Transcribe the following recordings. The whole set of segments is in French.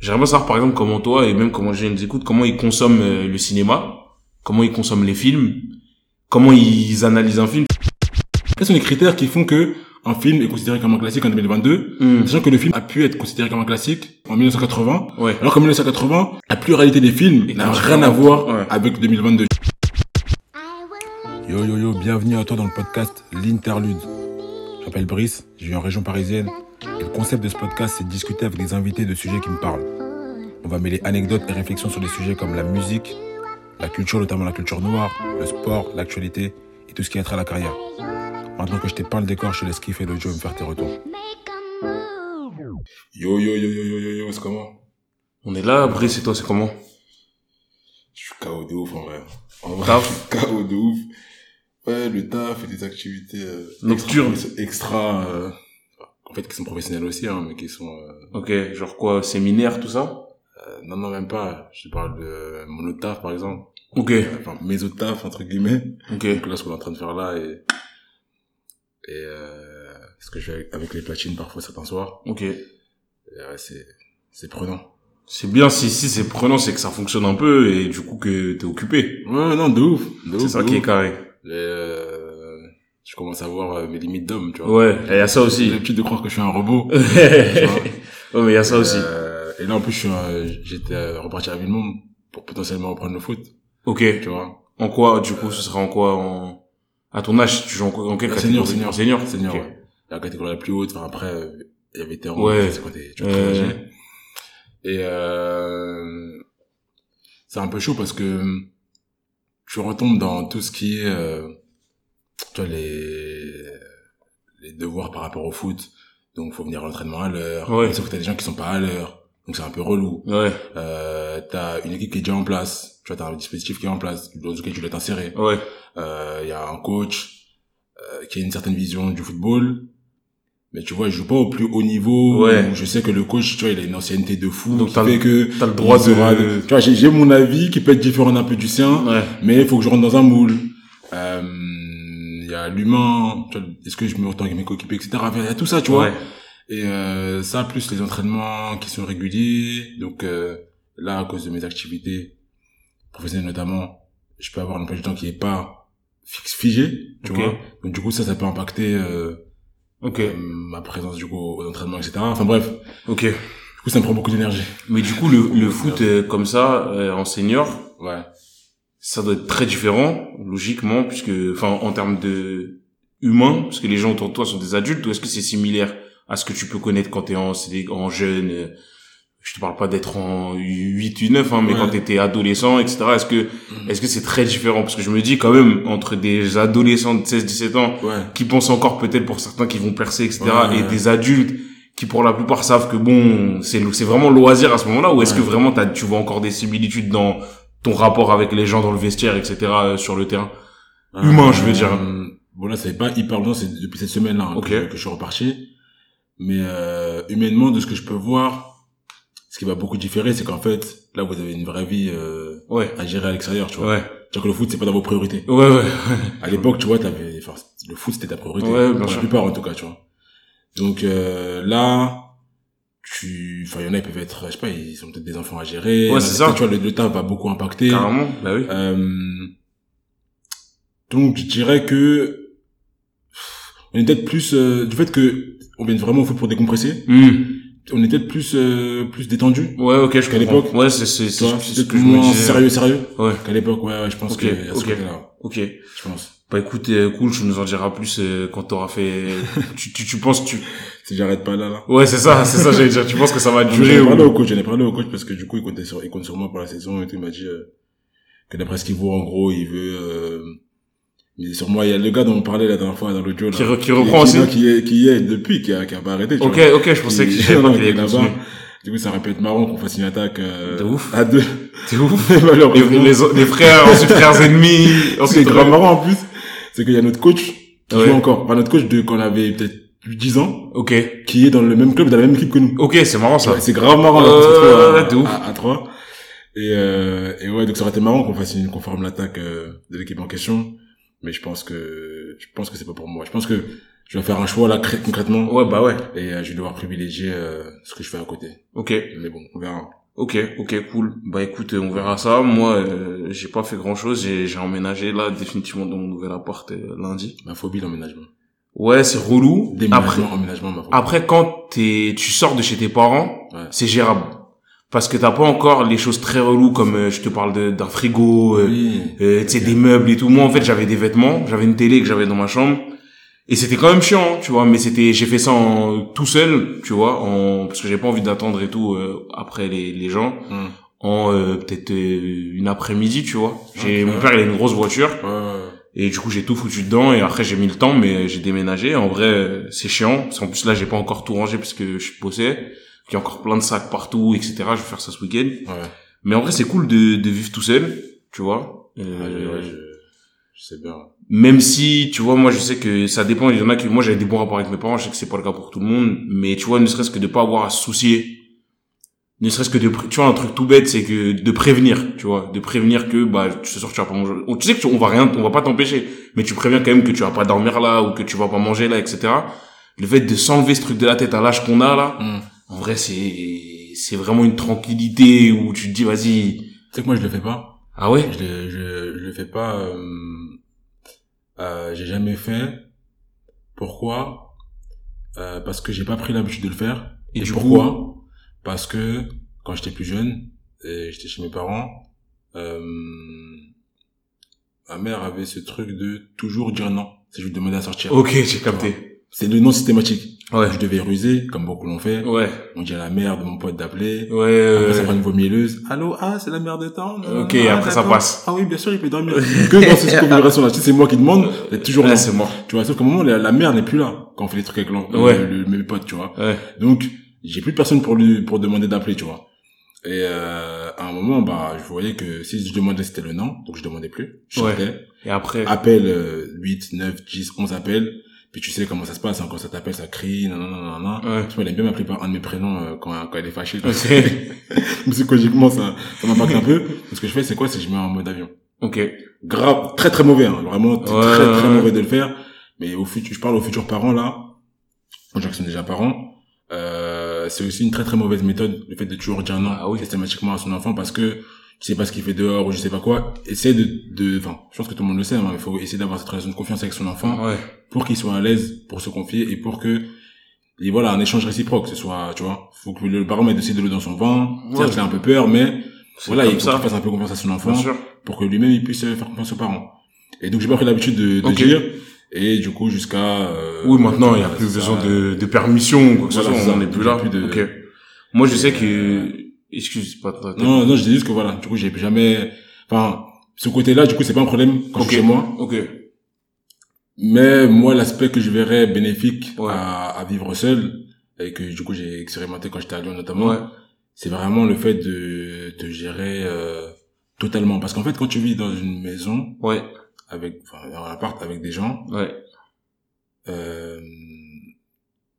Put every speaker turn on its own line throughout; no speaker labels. J'aimerais savoir par exemple comment toi et même comment les gens nous écoutent, comment ils consomment euh, le cinéma, comment ils consomment les films, comment ils analysent un film.
Quels sont les critères qui font que un film est considéré comme un classique en 2022,
Hmm.
sachant que le film a pu être considéré comme un classique en 1980,
Ouais.
alors qu'en 1980, la pluralité des films
Et
n'a
quand-
rien à voir
Ouais.
avec 2022.
Yo yo yo, bienvenue à toi dans le podcast L'Interlude. Je m'appelle Brice, je vis en région parisienne. Et le concept de ce podcast, c'est de discuter avec des invités de sujets qui me parlent. On va mêler anecdotes et réflexions sur des sujets comme la musique, la culture, notamment la culture noire, le sport, l'actualité et tout ce qui a trait à la carrière. Maintenant que je t'ai peint le décor, je te laisse kiffer le jeu et me faire tes retours.
Yo yo yo yo yo yo yo, c'est comment
On est là, Brice et toi c'est comment
Je suis KO de ouf en vrai. En vrai,
Grave.
je suis KO de ouf. Ouais, le taf et des activités euh,
Nocturnes.
extra, extra, euh, en fait qui sont professionnelles aussi, hein, mais qui sont euh,
Ok, genre quoi, séminaire, tout ça
Euh, non, non, même pas. Je te parle de mon autre taf, par exemple.
Ok,
Enfin, mes autres taf, entre guillemets.
ok.
Donc là, ce qu'on est en train de faire là, et, et euh, ce que je fais avec les platines parfois certains soirs,
Ok.
Et, ouais, c'est, c'est prenant.
C'est bien si si c'est prenant, c'est que ça fonctionne un peu et du coup que t'es occupé.
Ouais, non, de ouf. De
C'est
ouf,
ça
de
qui est
ouf.
carré.
Mais, euh, je commence à voir euh, mes limites d'homme, tu vois.
Ouais, et y a ça
J'ai
aussi.
l'habitude de croire que je suis un robot.
ouais,
vois.
mais il y a ça aussi.
Euh, et là, en plus, je suis, euh, j'étais euh, reparti à Villemomble pour potentiellement reprendre le foot,
Ok.
tu vois.
En quoi, du coup, ce sera en quoi en... À ton âge, tu joues en, quoi- en quelle
Ah,
catégorie
senior, senior.
En senior.
Seigneur,
Ok.
ouais. la catégorie la plus haute. Enfin, après, euh, il y avait Terran,
Ouais.
c'est quoi, des- tu
Ouais.
vois, Et euh, c'est un peu chaud parce que tu retombes dans tout ce qui est, euh, tu vois, les, les devoirs par rapport au foot. Donc, faut venir à l'entraînement à l'heure.
Ouais.
Sauf que t'as des gens qui sont pas à l'heure. Donc, c'est un peu relou.
Ouais,
Euh, t'as une équipe qui est déjà en place. Tu vois, t'as un dispositif qui est en place, dans lequel tu dois t'insérer
ouais,
euh, y a un coach euh, qui a une certaine vision du football. Mais tu vois, il joue pas au plus haut niveau.
Ouais.
où Je sais que le coach, tu vois, il a une ancienneté de fou.
Donc
qui
t'as le-
fait que
t'as le droit
il sera-
de-
Tu vois, j'ai j'ai mon avis qui peut être différent d'un peu du sien,
ouais.
mais il faut que je rentre dans un moule. Euh, Il y a l'humain. tu vois, Est-ce que je me retrouve avec mes coéquipiers, etc. Il y a tout ça, tu vois.
ouais.
Et euh, ça, plus les entraînements qui sont réguliers. Donc euh, là, à cause de mes activités professionnelles notamment, je peux avoir un emploi du temps qui est pas fixe figé, tu
Ok.
vois. Donc du coup, ça, ça peut impacter euh,
Ok,
euh, ma présence du coup aux entraînements, etc. Enfin bref, du
ok.
coup, ça me prend beaucoup d'énergie.
Mais du coup, le, le foot euh, comme ça, euh, en senior,
Ouais.
ça doit être très différent, logiquement, puisque, enfin, en termes de humain, parce que les gens autour de toi sont des adultes, ou est-ce que c'est similaire à ce que tu peux connaître quand t'es en, CD en jeune euh, je te parle pas d'être en 8 ou 9, hein, mais
Ouais.
quand t'étais adolescent, etc. Est-ce que est-ce que c'est très différent Parce que je me dis quand même, entre des adolescents de 16-17 ans
Ouais.
qui pensent encore peut-être pour certains qui vont percer, etc.
Ouais.
et des adultes qui pour la plupart savent que bon, c'est c'est vraiment loisir à ce moment-là. Ou est-ce
Ouais.
que vraiment t'as, tu vois encore des similitudes dans ton rapport avec les gens dans le vestiaire, etc. euh, sur le terrain Humain, je veux dire.
Euh, Bon là, ça fait pas hyper long, c'est depuis cette semaine-là hein,
Ok.
que, je- que je suis reparti. Mais euh, humainement, de ce que je peux voir, ce qui va beaucoup différer, c'est qu'en fait, là, vous avez une vraie vie euh,
Ouais,
à gérer à l'extérieur, tu vois.
ouais,
C'est-à-dire que le foot, c'est pas dans vos priorités.
ouais, ouais.
À l'époque, tu vois, t'avais, enfin, le foot, c'était ta priorité.
Ouais, bien
pour
sûr.
la plupart, en tout cas, tu vois. Donc, euh, là, tu, enfin, il y en a, ils peuvent être, je sais pas, ils sont peut-être des enfants à gérer.
Ouais,
Il y en a
c'est
certains,
ça.
Tu vois, le, le taf va beaucoup impacter.
Carrément, bah oui.
Euh, donc, je dirais que, pff, on est peut-être plus, euh, du fait que, on vient vraiment au foot pour décompresser,
Hmm.
on est peut-être plus, euh, plus détendu.
Ouais, ok, je comprends.
Qu'à l'époque,
Ouais, c'est c'est
Tu
c'est
vois,
c'est ce
peut-être
que je me
moins
disais.
sérieux, sérieux.
Ouais.
Qu'à l'époque, ouais, ouais, je pense
Ok,
que, à ce
ok.
côté-là,
Ok.
je pense.
Bah écoute, euh, cool, tu nous en diras plus euh, quand t'auras fait. tu, tu tu penses que tu.
Si j'arrête pas là, là.
Ouais, c'est ça, c'est ça. J'allais dire. Tu penses que ça va
J'en ai
durer
parlé
ou
au coach, j'en ai parlé au coach parce que du coup, il comptait sur, il compte sur moi pour la saison et tout. Il m'a dit euh, que d'après ce qu'il voit, en gros, il veut, euh, il est sur moi. Il y a le gars dont on parlait la dernière fois dans l'audio, là.
Qui re- qui reprend
qui,
aussi
Qui est, qui est depuis, qui a, qui a pas arrêté. tu
Ok,
vois.
ok, je pensais que
Qui-
je savais pas qu'il
qui est
allait
là-bas.
continuer.
Du coup, ça aurait pu être marrant qu'on fasse une attaque, euh,
De ouf.
à deux.
T'es ouf.
Mais
Les,
Malheureusement.
les, les frères, ensuite frères ennemis,
Ce qui est
ensuite
grave marrant en plus, c'est qu'il y a notre coach qui
Ouais.
joue encore. Enfin, notre coach de quand on avait peut-être 10 ans,
Ok,
qui est dans le même club, dans la même équipe que nous.
ok, c'est marrant ça.
Ouais, c'est grave marrant
Euh,
là, qu'on se retrouve
ouais, de ouf.
à, à, à trois. Et, euh, et ouais, donc ça aurait été marrant qu'on fasse une qu'on forme l'attaque euh, de l'équipe en question. Mais je pense que je pense que c'est pas pour moi. Je pense que je vais faire un choix là cré- concrètement
Ouais, bah ouais.
et euh, je vais devoir privilégier euh, ce que je fais à côté.
Ok.
Mais bon, on verra.
Ok, ok, cool. Bah écoute, euh, on verra ça. Moi, euh, j'ai pas fait grand chose. J'ai j'ai emménagé là définitivement dans mon nouvel appart euh, lundi.
Ma phobie, l'emménagement.
Ouais, c'est relou. Après,
Déménagement, emménagement, ma phobie.
après quand t'es, tu sors de chez tes parents,
Ouais.
c'est gérable parce que t'as pas encore les choses très reloues comme euh, je te parle de- d'un frigo, euh,
Oui.
euh, tu sais, des meubles et tout. Moi, en fait, j'avais des vêtements, j'avais une télé que j'avais dans ma chambre. Et c'était quand même chiant, tu vois, mais c'était, j'ai fait ça en, tout seul, tu vois, en, parce que j'ai pas envie d'attendre et tout, euh, après les, les gens,
Hum.
en, euh, peut-être, euh, une après-midi, tu vois. J'ai,
Ok.
mon père, il a une grosse voiture,
Ouais.
et du coup, j'ai tout foutu dedans, et après, j'ai mis le temps, mais j'ai déménagé. En vrai, euh, c'est chiant, parce qu'en plus, là, j'ai pas encore tout rangé, parce que je bossais. Il y a encore plein de sacs partout, etc. Je vais faire ça ce week-end.
Ouais.
Mais en vrai, c'est cool de, de vivre tout seul, tu vois. Euh,
Ouais, je, ouais, je, je sais bien.
même si tu vois moi je sais que ça dépend il y en a qui moi j'avais des bons rapports avec mes parents je sais que c'est pas le cas pour tout le monde mais tu vois ne serait-ce que de pas avoir à se soucier ne serait-ce que de pré- tu vois un truc tout bête c'est que de prévenir tu vois de prévenir que bah ce soir tu vas pas manger Oh, tu sais que tu- on va rien on va pas t'empêcher mais tu préviens quand même que tu vas pas dormir là ou que tu vas pas manger là etc le fait de s'enlever ce truc de la tête à l'âge qu'on a là
Hum.
en vrai c'est c'est vraiment une tranquillité où tu te dis vas-y
Tu sais que moi, je le fais pas.
ah ouais
Je le, je, je le fais pas. Euh, euh, j'ai jamais fait. Pourquoi euh, Parce que j'ai pas pris l'habitude de le faire.
Et du
pourquoi
coup-
Parce que quand j'étais plus jeune, et j'étais chez mes parents, euh, ma mère avait ce truc de toujours dire non. Si je lui demandais à sortir,
ok j'ai capté
c'est le non systématique.
ouais
Je devais ruser, comme beaucoup l'ont fait.
ouais
On dit à la mère de mon pote d'appeler.
ouais euh,
Après, ça prend une voix mielleuse. Allô, ah, c'est la mère de temps.
Ok, après, ça passe.
Ah oui, bien sûr, il peut dormir. que dans cette configuration-là, si c'est moi qui demande, c'est Euh, toujours
ouais,
là.
c'est mort
Tu vois, sauf qu'au moment, la, la mère n'est plus là quand on fait les trucs avec l'en- euh,
Ouais.
le, le- mes potes, tu vois.
Ouais.
Donc, j'ai plus personne pour lui, pour demander d'appeler, tu vois. Et euh, à un moment, bah, je voyais que si je demandais, c'était le non, donc je demandais plus. Je
Ouais.
sortais.
Et après,
Appel euh, 8, 9, 10, 11 appels. Puis tu sais comment ça se passe, hein, quand ça t'appelle, ça crie, nanana, nanana.
ouais.
Tu vois, elle aime bien m'appeler par un de mes prénoms euh, quand, quand elle est fâchée.
Ok.
Psychologiquement, ça, ça m'impacte un peu. Ce que je fais, c'est quoi C'est que je mets en mode avion.
Ok.
Grave, très très mauvais. Hein. Vraiment, t-
Ouais,
très très
ouais.
mauvais de le faire. Mais au futur, je parle aux futurs parents là. Moi, je qui sont déjà parents. Euh, c'est aussi une très très mauvaise méthode, le fait de toujours dire non
Ah oui.
systématiquement à son enfant parce que tu sais pas ce qu'il fait dehors ou je sais pas quoi. Essaye de, de, enfin, je pense que tout le monde le sait, hein, mais il faut essayer d'avoir cette relation de confiance avec son enfant
Ouais.
pour qu'il soit à l'aise pour se confier et pour que et voilà un échange réciproque que ce soit tu vois faut que le parent mette aussi de l'eau dans son vin
Ouais.
certes il a un peu peur mais
C'est
voilà il
comme
faut
ça.
qu'il fasse un peu confiance à son enfant
Bien sûr.
pour que lui-même il puisse euh, faire confiance aux parents et donc j'ai pas pris l'habitude de, de
Ok.
dire et du coup jusqu'à euh,
Oui, maintenant, il n'y a
voilà,
plus
c'est
besoin
ça.
de, de permission ou quoi que ce
Voilà, c'est
soit. On
ça.
n'est plus
Il y a
là.
plus de-
Ok. Moi, je sais
Euh,
que... Excuse, pas de-
non non je dis juste que voilà du coup j'ai jamais enfin ce côté là du coup c'est pas un problème quand
Ok.
je suis chez moi
Ok.
Mais moi, l'aspect que je verrais bénéfique
Ouais.
à, à vivre seul, et que du coup j'ai expérimenté quand j'étais à Lyon notamment,
Ouais.
c'est vraiment le fait de te gérer euh, totalement. Parce qu'en fait, quand tu vis dans une maison,
Ouais.
avec, enfin, dans un appart avec des gens,
Ouais.
euh,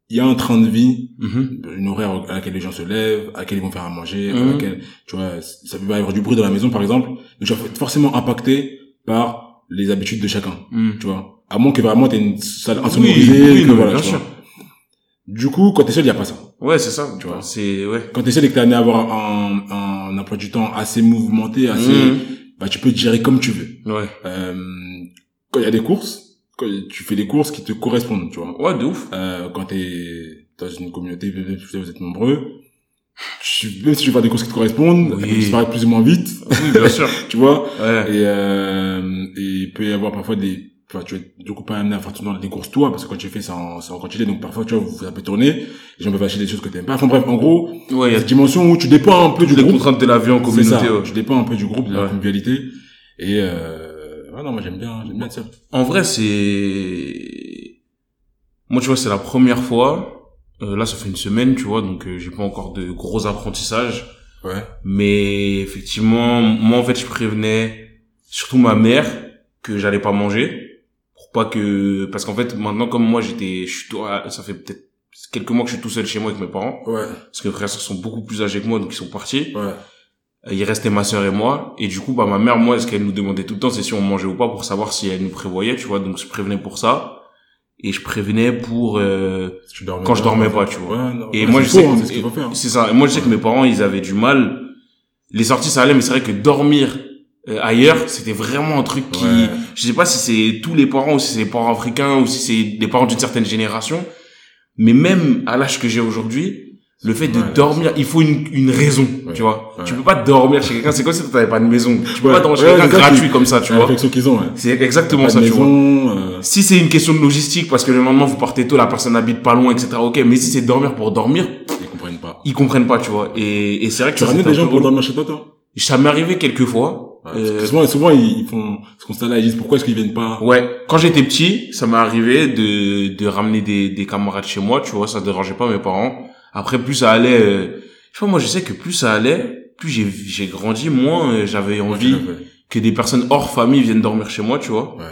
il y a un train de vie,
Mhm.
une horaire à laquelle les gens se lèvent, à laquelle ils vont faire à manger,
Mhm.
à laquelle, tu vois, ça va y avoir du bruit dans la maison par exemple, donc tu vas être forcément impacté par les habitudes de chacun
Mhm.
tu vois. À moins que vraiment t'aies une salle
Oui,
insonorisée,
oui,
que
non,
voilà,
bien
tu vois.
sûr.
Du coup, quand t'es seul, y a pas ça.
Ouais, c'est ça. Tu
Tu vois.
vois, c'est... Ouais.
Quand t'es seul et que t'es amené à avoir un, un emploi du temps assez mouvementé, assez,
Mhm.
bah, tu peux te gérer comme tu veux.
Ouais.
Euh, quand il y a des courses, quand tu fais des courses qui te correspondent, tu vois.
Ouais, de ouf.
Euh, quand t'es dans une communauté, même si vous êtes nombreux, tu, même si tu fais des courses qui te correspondent,
Oui.
elles peuvent disparaître plus ou moins vite,
Oui, bien sûr.
tu vois.
Ouais.
Et, euh, et il peut y avoir parfois des, enfin, tu vas être du coup pas amené à faire tout le temps des courses toi, parce que quand tu fais ça en, c'est en quantité, donc parfois, tu vois, ça peut tourner, les gens peuvent acheter des choses que t'aimes pas. Enfin bref, en gros,
Ouais, il
il y
y
a
a
cette dimension où tu dépends un peu du
toutes les
groupe.
contraintes de la vie en
C'est ça.
communauté. ouais.
Tu dépends un peu du groupe, de la
Ouais.
convivialité. Et, euh, ouais, non, moi j'aime bien, j'aime bien être seul.
En vrai, c'est... Moi, tu vois, c'est la première fois. Euh, là, ça fait une semaine, tu vois, donc euh, j'ai pas encore de gros apprentissages.
Ouais.
Mais effectivement, moi, en fait, je prévenais surtout ma mère que j'allais pas manger. Pour pas que... Parce qu'en fait, maintenant, comme moi, j'étais... Je suis tout... ah, Ça fait peut-être quelques mois que je suis tout seul chez moi avec mes parents.
Ouais.
Parce que mes frères et sœurs sont beaucoup plus âgés que moi, donc ils sont partis.
Ouais.
Euh, Il restait ma sœur et moi. Et du coup, bah, ma mère, moi, ce qu'elle nous demandait tout le temps, c'est si on mangeait ou pas pour savoir si elle nous prévoyait, tu vois. Donc, je prévenais pour ça. et je prévenais pour euh,
Tu dormais
quand je
pas.
dormais pas, tu vois.
Ouais, non.
Et
Ouais,
moi, je
c'est
sais,
faux, hein,
que-
c'est ce qu'il faut faire.
c'est ça. Et Moi, je sais que mes parents, ils avaient du mal. Les sorties, ça allait, mais c'est vrai que dormir euh, ailleurs, c'était vraiment un truc qui,
Ouais.
je sais pas si c'est tous les parents ou si c'est les parents africains ou si c'est des parents d'une certaine génération. Mais même à l'âge que j'ai aujourd'hui, le fait de
Ouais, là,
dormir, il faut une, une raison,
Ouais.
tu vois.
Ouais.
Tu peux pas dormir chez quelqu'un, c'est comme si t'avais pas de maison. Tu peux
Ouais.
pas dormir chez
Ouais,
quelqu'un
c'est ça qui-
gratuit comme ça, tu
C'est la
vois.
réflexion qu'ils ont, ouais.
C'est exactement
Pas
ça,
de
tu vois.
maison, euh,
Si c'est une question de logistique, parce que le lendemain vous partez tôt, la personne habite pas loin, etc. Ok, mais si c'est dormir pour dormir,
ils comprennent pas.
ils comprennent pas, tu vois. Et, et c'est vrai que
Tu
ça,
ramènes
c'était
des
un
gens
peu
pour
relou.
dormir Ah, chez toi, toi
Ça m'est arrivé quelques fois.
Ouais, parce que
Euh,
Souvent, souvent, ils ils font ce constat-là, ils disent pourquoi est-ce qu'ils viennent pas
ouais. Quand j'étais petit, ça m'est arrivé de, de ramener des, des camarades chez moi, tu vois. Ça dérangeait pas mes parents. Après, plus ça allait, euh, je sais pas, moi, je sais que plus ça allait, plus j'ai, j'ai grandi, moins euh, j'avais
Moi,
envie
je le fais.
que des personnes hors famille viennent dormir chez moi, tu vois.
Ouais.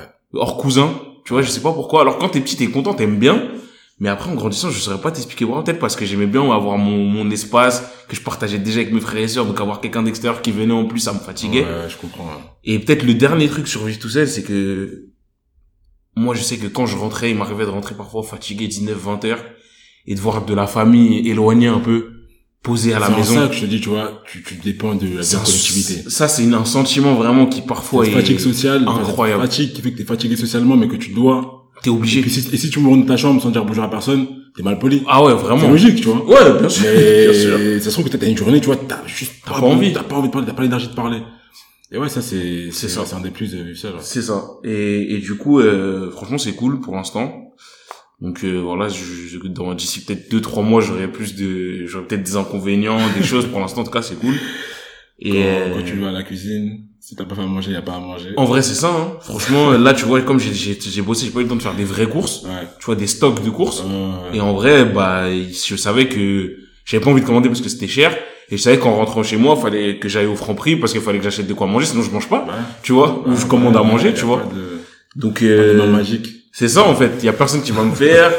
hors cousin. Tu vois, je sais pas pourquoi. Alors quand t'es petit, t'es content, t'aimes bien. Mais après, en grandissant, je saurais pas t'expliquer pourquoi. Peut-être parce que j'aimais bien avoir mon, mon espace, que je partageais déjà avec mes frères et sœurs. Donc avoir quelqu'un d'extérieur qui venait en plus, ça me fatiguait.
Ouais, je comprends. ouais.
Et peut-être le dernier truc sur Vivre tout seul, c'est que moi, je sais que quand je rentrais, il m'arrivait de rentrer parfois fatigué, 19, 20 heures, et de voir de la famille éloignée un peu, posée à la
C'est en ça
maison.
que je te dis, tu vois, tu, tu dépends de la
C'est un-
collectivité.
Ça, c'est une- un sentiment vraiment qui parfois
Cette fatigue
est,
sociale, enfin, cette
incroyable.
fatigue qui fait que t'es fatigué socialement, mais que tu dois.
t'es
Et,
obligé.
puis si, et si tu montes de ta chambre sans dire bonjour à personne, t'es mal poli.
Ah ouais,
C'est
vraiment.
logique, tu vois.
Ouais, bien sûr.
Mais
Bien sûr.
ça se trouve que t'as- t'as une journée, tu vois, t'as juste
T'as pas envie.
T'as pas envie de parler, t'as pas l'énergie de parler. Et ouais, ça c'est
C'est
c'est
ça.
c'est un des plus de vivre ça. genre.
C'est ça. Et, et du coup, euh, franchement, c'est cool pour l'instant. Donc euh, voilà, je, je- dans d'ici peut-être deux trois mois, j'aurai plus de, j'aurai peut-être des inconvénients, des choses. Pour l'instant, en tout cas, c'est cool. Et
Quand,
euh,
quand tu vas à la cuisine, si t'as pas fait à manger, y a pas à manger.
en vrai, c'est ça. hein. Franchement, là, tu vois, comme j'ai- j'ai j'ai bossé, j'ai pas eu le temps de faire des vraies courses.
Ouais.
Tu vois, des stocks de courses.
Euh,
Et en vrai, bah, je savais que j'avais pas envie de commander parce que c'était cher. Et je savais qu'en rentrant chez moi, fallait que j'aille au franc prix parce qu'il fallait que j'achète de quoi manger, sinon je mange pas.
ouais.
Tu vois, ou je
Ouais,
commande à
ouais,
manger,
y a
tu
pas
vois.
de-
Donc
pas de
euh,
main magique.
C'est ça en fait, il y a personne qui va me faire.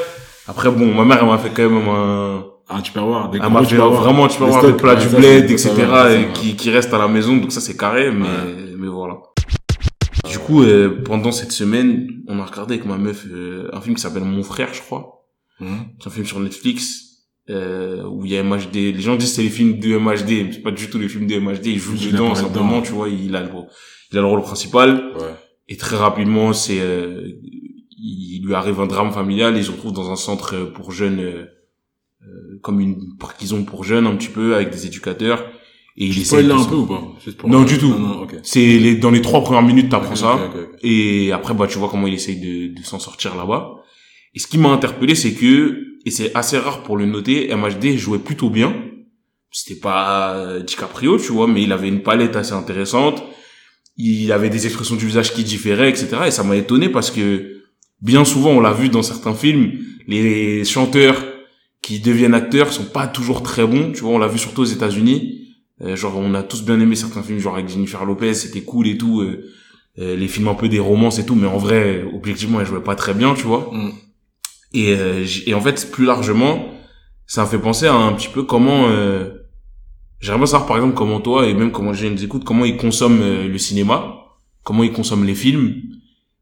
Après bon, ma mère elle m'a fait quand même un
Ah, tu peux avoir des
elle m'a
gros, tu
fait
peux avoir
vraiment tu peux
des
avoir le
stocks.
plat
Ouais,
du
ça,
bled
c'est-
etc
ça, ouais, ça,
et
ouais.
qui qui reste à la maison donc ça c'est carré mais
Ouais.
mais voilà. Du coup euh, pendant cette semaine, on a regardé avec ma meuf euh, un film qui s'appelle Mon frère je crois.
Mhm.
C'est un film sur Netflix euh, où il y a MHD, les gens disent que c'est les films de MHD, mais c'est pas du tout les films de MHD, il joue
Il
dedans
apparaît
simplement,
dedans.
tu vois, il a le il a le rôle principal.
Ouais.
Et très rapidement, c'est euh, il lui arrive un drame familial et il se retrouve dans un centre euh, pour jeunes, euh, euh, comme une prison pour jeunes un petit peu, avec des éducateurs. Et il
Tu
essaie
spoil
de
là un
s'en-
peu ou pas Juste pour-
Non, du tout.
Non, non, ok.
C'est les, dans les trois premières minutes, t'apprends
Ok,
ça.
ok, ok, ok.
Et après, bah, tu vois comment il essaye de, de s'en sortir là-bas. Et ce qui m'a interpellé, c'est que, et c'est assez rare pour le noter, MHD jouait plutôt bien. C'était pas euh, DiCaprio, tu vois, mais il avait une palette assez intéressante. Il avait des expressions du visage qui différaient, etc. Et ça m'a étonné parce que, bien souvent, on l'a vu dans certains films, les chanteurs qui deviennent acteurs sont pas toujours très bons. Tu vois, on l'a vu surtout aux États-Unis. Euh, genre, on a tous bien aimé certains films, genre avec Jennifer Lopez, c'était cool et tout. euh, euh, les films un peu des romances et tout, mais en vrai, objectivement, elle jouait pas très bien, tu vois.
Mm.
Et, euh, j- et en fait, plus largement, ça me fait penser à un petit peu comment... Euh, J'aimerais bien savoir, par exemple, comment toi, et même comment je nous écoute, comment ils consomment euh, le cinéma, comment ils consomment les films,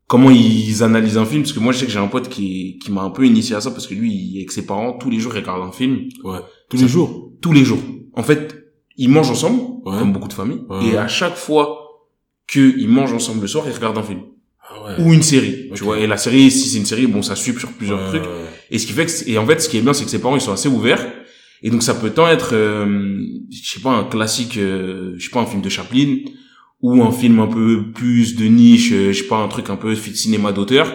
comment ils analysent un film, parce que moi, je sais que j'ai un pote qui, qui m'a un peu initié à ça, parce que lui, il- avec ses parents, tous les jours, il regarde un film,
Ouais. Tous
Ça-
les jours.
tous les jours. En fait, ils mangent ensemble,
Ouais.
comme beaucoup de familles,
Ouais.
et à chaque fois qu'ils mangent ensemble le soir, ils regardent un film
Ah ouais.
ou une série
Ok.
tu vois et la série si c'est une série bon ça suit sur plusieurs
Ouais,
trucs
ouais, ouais.
et ce qui fait que c'est- et en fait ce qui est bien c'est que ses parents ils sont assez ouverts et donc ça peut tant être euh, je sais pas un classique euh, je sais pas un film de Chaplin ou un film un peu plus de niche euh, je sais pas un truc un peu fi- cinéma d'auteur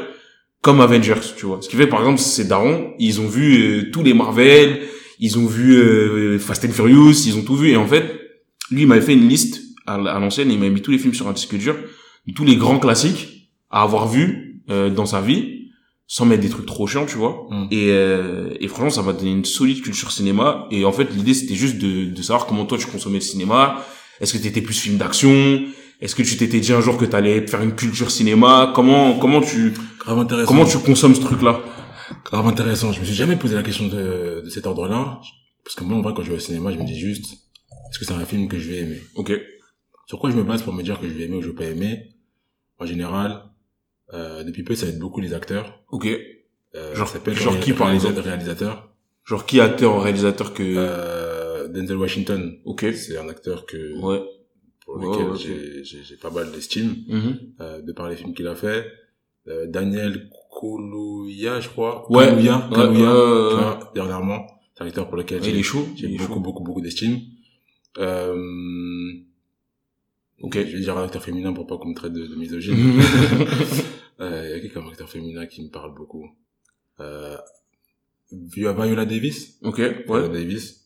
comme Avengers tu vois ce qui fait que, par exemple ces darons ils ont vu euh, tous les Marvel ils ont vu euh, Fast and Furious ils ont tout vu et en fait lui il m'avait fait une liste à l- à l'ancienne et il m'a mis tous les films sur un disque dur de tous les grands classiques à avoir vu euh, dans sa vie sans mettre des trucs trop chiants tu vois
Mm.
et, euh, et franchement ça m'a donné une solide culture cinéma et en fait l'idée c'était juste de, de savoir comment toi tu consommais le cinéma est-ce que t'étais plus film d'action est-ce que tu t'étais dit un jour que t'allais te faire une culture cinéma comment comment tu
Grave intéressant.
comment tu consommes ce truc là
Grave intéressant. Je me suis jamais posé la question de, de cet ordre-là. Parce que moi, en vrai, quand je vais au cinéma, je me dis juste, est-ce que c'est un film que je vais aimer?
ok
Sur quoi je me base pour me dire que je vais aimer ou que je vais pas aimer? En général, euh, depuis peu, ça aide beaucoup les acteurs.
ok
Euh,
Genre-
ça s'appelle
genre
ré-
qui, par
réalisa-
exemple
Réalisateur.
Genre, qui est acteur ou réalisateur que...
Euh, Denzel Washington.
ok.
C'est un acteur que
Ouais.
pour
Ouais,
lequel
ouais, ok.
j'ai- j'ai j'ai pas mal d'estime
Mhm.
euh, de par les films qu'il a fait. Euh, Daniel Kaluuya, je crois.
Ouais.
Kaluuya,
Ouais,
Kaluuya,
ouais, ouais,
tu
ouais.
vois, dernièrement. C'est un acteur pour lequel
Ouais, il est
j'ai
chaud.
Bah, j'ai
Il est
beaucoup,
chaud.
beaucoup, beaucoup d'estime. Euh,
Ok.
Je vais dire un acteur féminin pour pas qu'on me traite de, de misogyne.
Mhm.
Euh, Il y a qui comme acteur féminin qui me parle beaucoup euh, Vi- Viola Davis.
ok,
Viola
ouais.
Davis.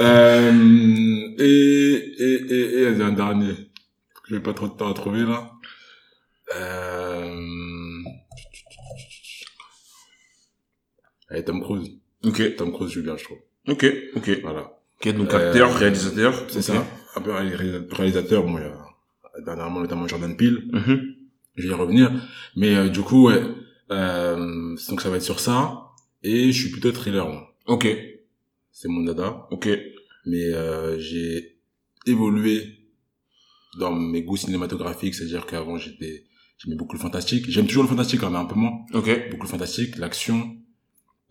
euh, et, et, et, et, vas-y, un dernier. Je n'ai pas trop de temps à trouver, là. Euh... Allez, Tom Cruise.
Ok,
Tom Cruise, je lui bien, je trouve.
ok, ok.
Voilà.
Ok, donc
Euh,
acteur, réalisateur.
C'est
ok.
ça. Un peu ré- réalisateur, bon, il y a dernièrement notamment Jordan Peele,
Mhm.
je vais y revenir. Mais euh, du coup, ouais, euh, donc ça va être sur ça. Et je suis plutôt thriller, moi.
Ok,
c'est mon dada.
ok.
Mais euh, j'ai évolué dans mes goûts cinématographiques, c'est-à-dire qu'avant j'étais, j'aimais beaucoup le fantastique. J'aime toujours le fantastique, hein, mais un peu moins.
Ok,
Beaucoup le fantastique, l'action,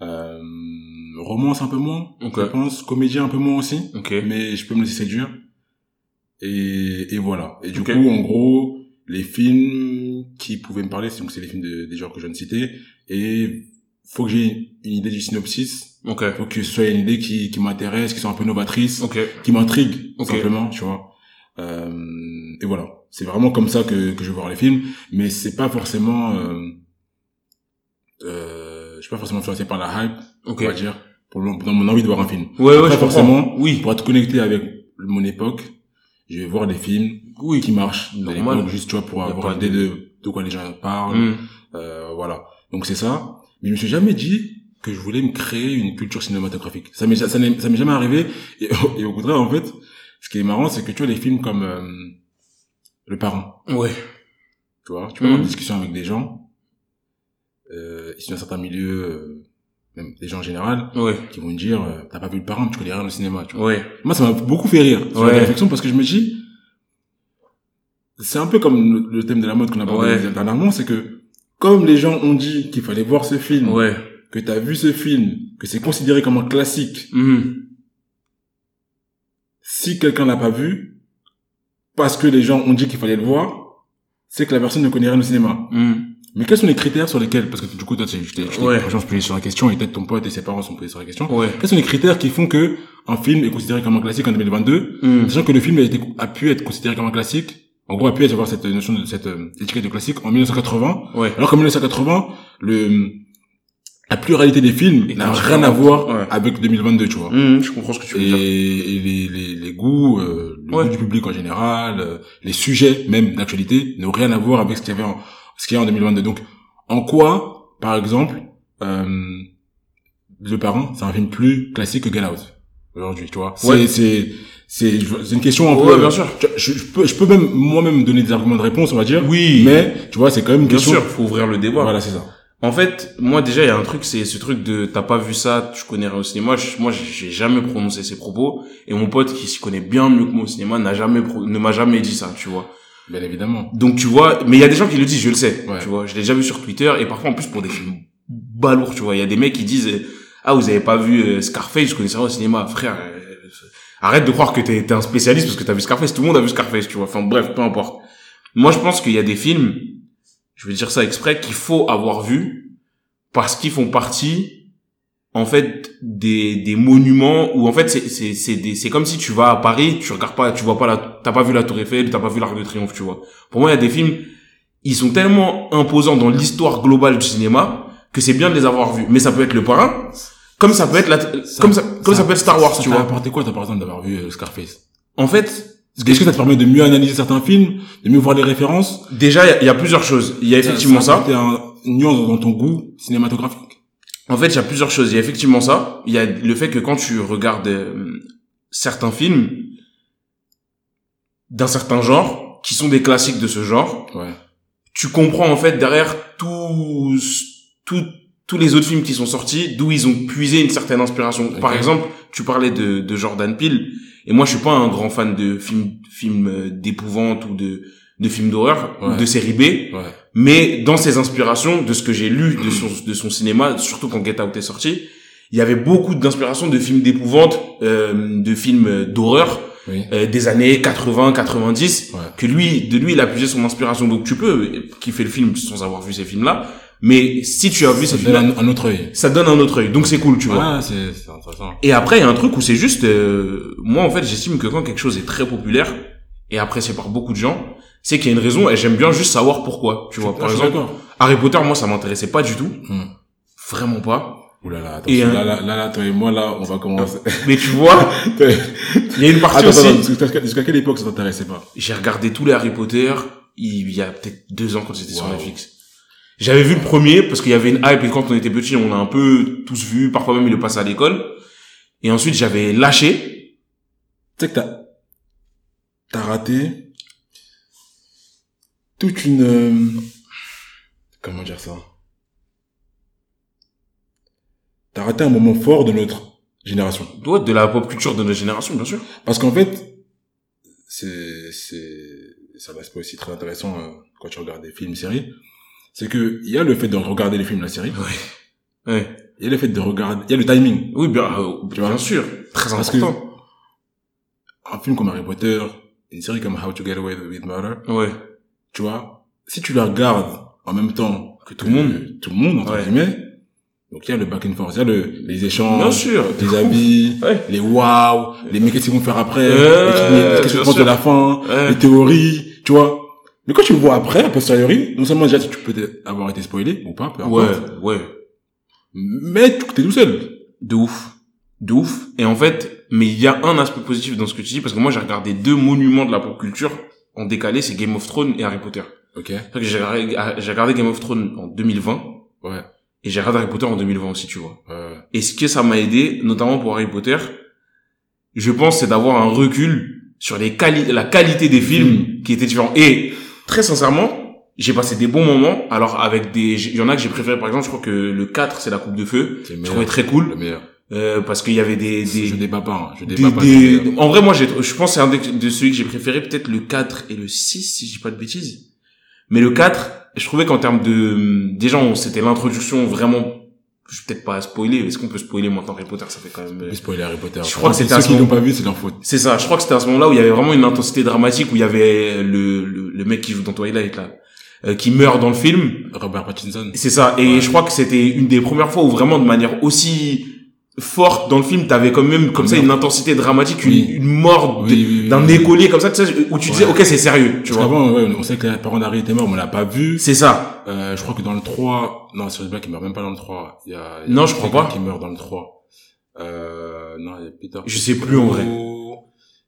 euh, romance un peu moins,
Ok.
je pense, comédie un peu moins aussi
ok.
mais je peux me laisser séduire. Et, et voilà. Et du
Ok.
coup, en gros, les films qui pouvaient me parler, c'est- donc c'est les films de- des genres que je viens de citer, et faut que j'ai une idée du synopsis,
Ok,
faut que ce soit une idée qui, qui m'intéresse, qui soit un peu novatrice,
ok,
qui m'intrigue,
Ok.
simplement, tu vois. Euh, et voilà. C'est vraiment comme ça que, que je vais voir les films, mais c'est pas forcément, euh, euh, je suis pas forcément influencé par la hype,
ok.
on va dire, pour le- dans mon envie de voir un film.
Ouais, ouais,
Après,
je comprends.
forcément,
Oui,
pour être connecté avec mon époque, je vais voir des films
oui.
qui marchent. de
Normal.
l'époque, Juste, tu vois, pour
Y a
avoir
pas
l'idée
de-
de, de quoi les gens parlent.
Mhm.
Euh, voilà. Donc c'est ça. Mais je me suis jamais dit que je voulais me créer une culture cinématographique. Ça m'est, ja- ça n'est- ça m'est jamais arrivé. Et, et au contraire, en fait, ce qui est marrant, c'est que tu vois, les films comme, euh, Le Parent,
Ouais,
tu vois, tu peux avoir
Mhm.
des discussions avec des gens, euh, issus d'un certain milieu, euh, même des gens en général,
ouais,
qui vont te dire, euh, t'as pas vu Le Parent, tu connais rien au cinéma, tu vois.
ouais.
Moi, ça m'a beaucoup fait rire, sur
Ouais.
la réflexion, parce que je me dis, c'est un peu comme le, le thème de la mode qu'on a abordé
Ouais.
dernièrement, c'est que, comme les gens ont dit qu'il fallait voir ce film,
Ouais.
que t'as vu ce film, que c'est considéré comme un classique,
Mhm.
si quelqu'un l'a pas vu, parce que les gens ont dit qu'il fallait le voir, c'est que la personne ne connaît rien au cinéma.
Mhm.
Mais quels sont les critères sur lesquels, parce que du coup, toi, tu t'es,
Ouais.
les gens se posaient sur la question, et peut-être ton pote et ses parents sont posés sur la question.
Ouais.
Quels sont les critères qui font que un film est considéré comme un classique en 2022,
Mhm.
Sachant que le film a, été, a pu être considéré comme un classique, en gros a pu avoir cette notion de cette euh, étiquette de classique en 1980,
Ouais.
alors qu'en 1980, le la pluralité des films
Et
n'a
quand-
rien à voir
ouais.
avec 2022, tu vois.
Mhm, Je comprends ce que tu veux
Et,
dire.
et les, les, les goûts, euh, le
Ouais.
goût du public en général, euh, les sujets même d'actualité n'ont rien à voir avec ce qu'il y avait, en, ce qu'il y a en 2022. Donc, en quoi, par exemple, euh, Le Parent, c'est un film plus classique que Get Out aujourd'hui, tu vois C'est
Ouais.
c'est c'est je- c'est une question un
Ouais,
peu.
bien sûr.
tu vois, Je, je peux je peux même moi-même donner des arguments de réponse, on va dire.
Oui.
Mais tu vois, c'est quand même une
Bien
question.
sûr, faut ouvrir le débat.
Voilà, c'est ça.
En fait, moi déjà, il y a un truc, c'est ce truc de t'as pas vu ça, tu connais rien au cinéma. Je- moi, j'ai jamais prononcé ces propos, et mon pote qui s'y connaît bien mieux que moi au cinéma n'a jamais pro- ne m'a jamais dit ça, tu vois.
Bien évidemment.
Donc tu vois, mais il y a des gens qui le disent, je le sais,
Ouais.
tu vois, je l'ai déjà vu sur Twitter et parfois en plus pour des films balourds, tu vois, il y a des mecs qui disent euh, ah vous avez pas vu euh, Scarface, je connais ça au cinéma, frère. euh, arrête de croire que t'es t'es un spécialiste parce que t'as vu Scarface, tout le monde a vu Scarface, tu vois. Enfin bref, peu importe. Moi je pense qu'il y a des films, je vais dire ça exprès, qu'il faut avoir vu parce qu'ils font partie en fait des, des monuments où en fait c'est c'est c'est des- c'est comme si tu vas à Paris, tu regardes pas, tu vois pas la t'as pas vu la Tour Eiffel, t'as pas vu l'Arc de Triomphe, tu vois. Pour moi, il y a des films, ils sont tellement imposants dans l'histoire globale du cinéma que c'est bien de les avoir vus. Mais ça peut être Le Parrain, comme ça peut être la, comme ça, comme ça, peut être Star Wars,
ça
tu
t'a
vois.
apporté quoi, toi, par exemple, d'avoir vu euh, Scarface
En fait,
Est-ce que ça te permet de mieux analyser certains films, de mieux voir les références
déjà, il y a- il y, a plusieurs choses. Il y a effectivement ça.
C'est un une nuance dans ton goût cinématographique.
En fait, il y a plusieurs choses. Il y a effectivement ça. Il y a le fait que quand tu regardes euh, certains films d'un certain genre, qui sont des classiques de ce genre,
Ouais.
tu comprends en fait derrière tous tous tous les autres films qui sont sortis d'où ils ont puisé une certaine inspiration. Par
Ok.
exemple, tu parlais de, de Jordan Peele et moi je suis pas un grand fan de films films euh, d'épouvante ou de de films d'horreur ou
Ouais.
de série B,
Ouais.
Mais dans ses inspirations, de ce que j'ai lu de son, de son cinéma, surtout quand Get Out est sorti, il y avait beaucoup d'inspirations de films d'épouvante, euh, de films d'horreur
Oui.
euh, des années 80, 90,
Ouais.
que lui, de lui, il a puisé son inspiration. Donc tu peux kiffer le film sans avoir vu ces films-là, mais si tu as vu ces
Ça te donne
films-là,
un, un autre œil.
ça donne un autre œil. Donc c'est cool, tu vois.
Ah, c'est c'est intéressant.
Et après, il y a un truc où c'est juste, euh, moi en fait, j'estime que quand quelque chose est très populaire et apprécié par beaucoup de gens, c'est qu'il y a une raison et j'aime bien juste savoir pourquoi. Tu vois,
Ah,
par
je suis
exemple,
d'accord.
Harry Potter, moi, ça m'intéressait pas du tout,
Hmm.
vraiment pas.
Ouh là là, attends,
Et un-
là, là, là, là, toi et euh, moi, là, on va commencer.
Mais tu vois, il y a une partie
attends,
aussi.
attends, jusqu'à jusqu'à quelle époque ça t'intéressait pas
J'ai regardé tous les Harry Potter il y a peut-être deux ans quand j'étais sur
Wow.
Netflix. J'avais vu le premier parce qu'il y avait une hype et quand on était petit, on l'a un peu tous vu. Parfois même, il le passait à l'école. Et ensuite, j'avais lâché.
Tu sais que t'as, t'as raté toute une, euh, comment dire ça? T'as raté un moment fort de notre génération.
Ouais, de la pop culture de notre génération, bien sûr.
Parce qu'en fait, c'est, c'est, c'est un aspect aussi très intéressant euh, quand tu regardes des films, séries. C'est que, il y a le fait de regarder les films, la série.
Ouais.
Il y a le fait de regarder, il y a le timing.
Oui, bien, euh,
Tu vois
bien sûr. Très
Parce
important.
Un film comme Harry Potter, une série comme How to Get Away with Murder,
Ouais.
tu vois, si tu la regardes en même temps que tout le
Que
monde, tout le monde, entre
Ouais.
guillemets, donc il y a le back and forth, il y a le, les
Bien
échanges,
sûr.
les habits,
Ouais.
les wow, les mais qu'est-ce qu'ils vont faire après,
Euh,
les- les- qu'est-ce qu'ils
bien
pensent de
sûr.
la fin,
Ouais.
les théories, tu vois. Mais quand tu le vois après, a posteriori, non seulement déjà tu peux t'être- avoir été spoilé ou pas, peu
Ouais,
importe,
ouais.
mais tu t'es tout seul.
De ouf. De ouf. Et en fait, mais il y a un aspect positif dans ce que tu dis parce que moi, j'ai regardé deux monuments de la pop culture en décalé, c'est Game of Thrones et Harry Potter.
Ok.
C'est vrai que j'ai regardé, ah, j'ai regardé Game of Thrones en 2020
Ouais.
et j'ai regardé Harry Potter en 2020 aussi, tu vois.
Ouais.
Et ce que ça m'a aidé, notamment pour Harry Potter, je pense, c'est d'avoir un recul sur les quali la qualité des films qui étaient différents. Et très sincèrement, j'ai passé des bons moments. Alors avec des, il y en a que j'ai préféré, par exemple, je crois que le 4, c'est la Coupe de Feu.
C'est le
Je
meilleur.
trouvais très
Le
cool
meilleur.
euh, parce qu'il y avait des, des
Je débat pas, hein. je
des-
débat pas.
des-
je-
en vrai, moi, j'ai, je pense que c'est un des- de celui que j'ai préféré, peut-être le 4 et le 6, si je dis pas de bêtises. Mais le 4, je trouvais qu'en termes de, déjà, on- c'était l'introduction vraiment, je vais peut-être pas spoiler, est-ce qu'on peut spoiler maintenant Harry Potter, ça fait quand même, euh,
Plus spoiler Harry Potter.
Je crois que c'était à
ceux
ce
qui l'ont
moment-
pas vu, c'est leur faute.
c'est ça, je crois que c'était à ce moment-là où il y avait vraiment une intensité dramatique, où il y avait le, le, le mec qui joue dans Twilight, là, euh, qui meurt dans le film.
Robert Pattinson.
C'est ça. Et
Ouais.
je crois que c'était une des premières fois où vraiment de manière aussi forte dans le film, t'avais quand même comme ça
Merde.
une intensité dramatique, une,
Oui.
une mort de-
Oui, oui, oui,
d'un
oui.
écolier comme ça, tu sais, où tu disais,
Hmm. Ouais.
ok, c'est sérieux, tu
Parce
vois.
qu'avant, ouais, on sait que les parents d'Harry étaient morts, mais on l'a pas vu.
C'est ça.
Euh, je crois que dans le 3, non, Sirius Black, il meurt même pas dans le 3. Il y a, il y a
Non, je crois
quelqu'un
pas.
qui meurt dans le 3. Euh, non, il y a Peter.
Je sais plus, en vrai.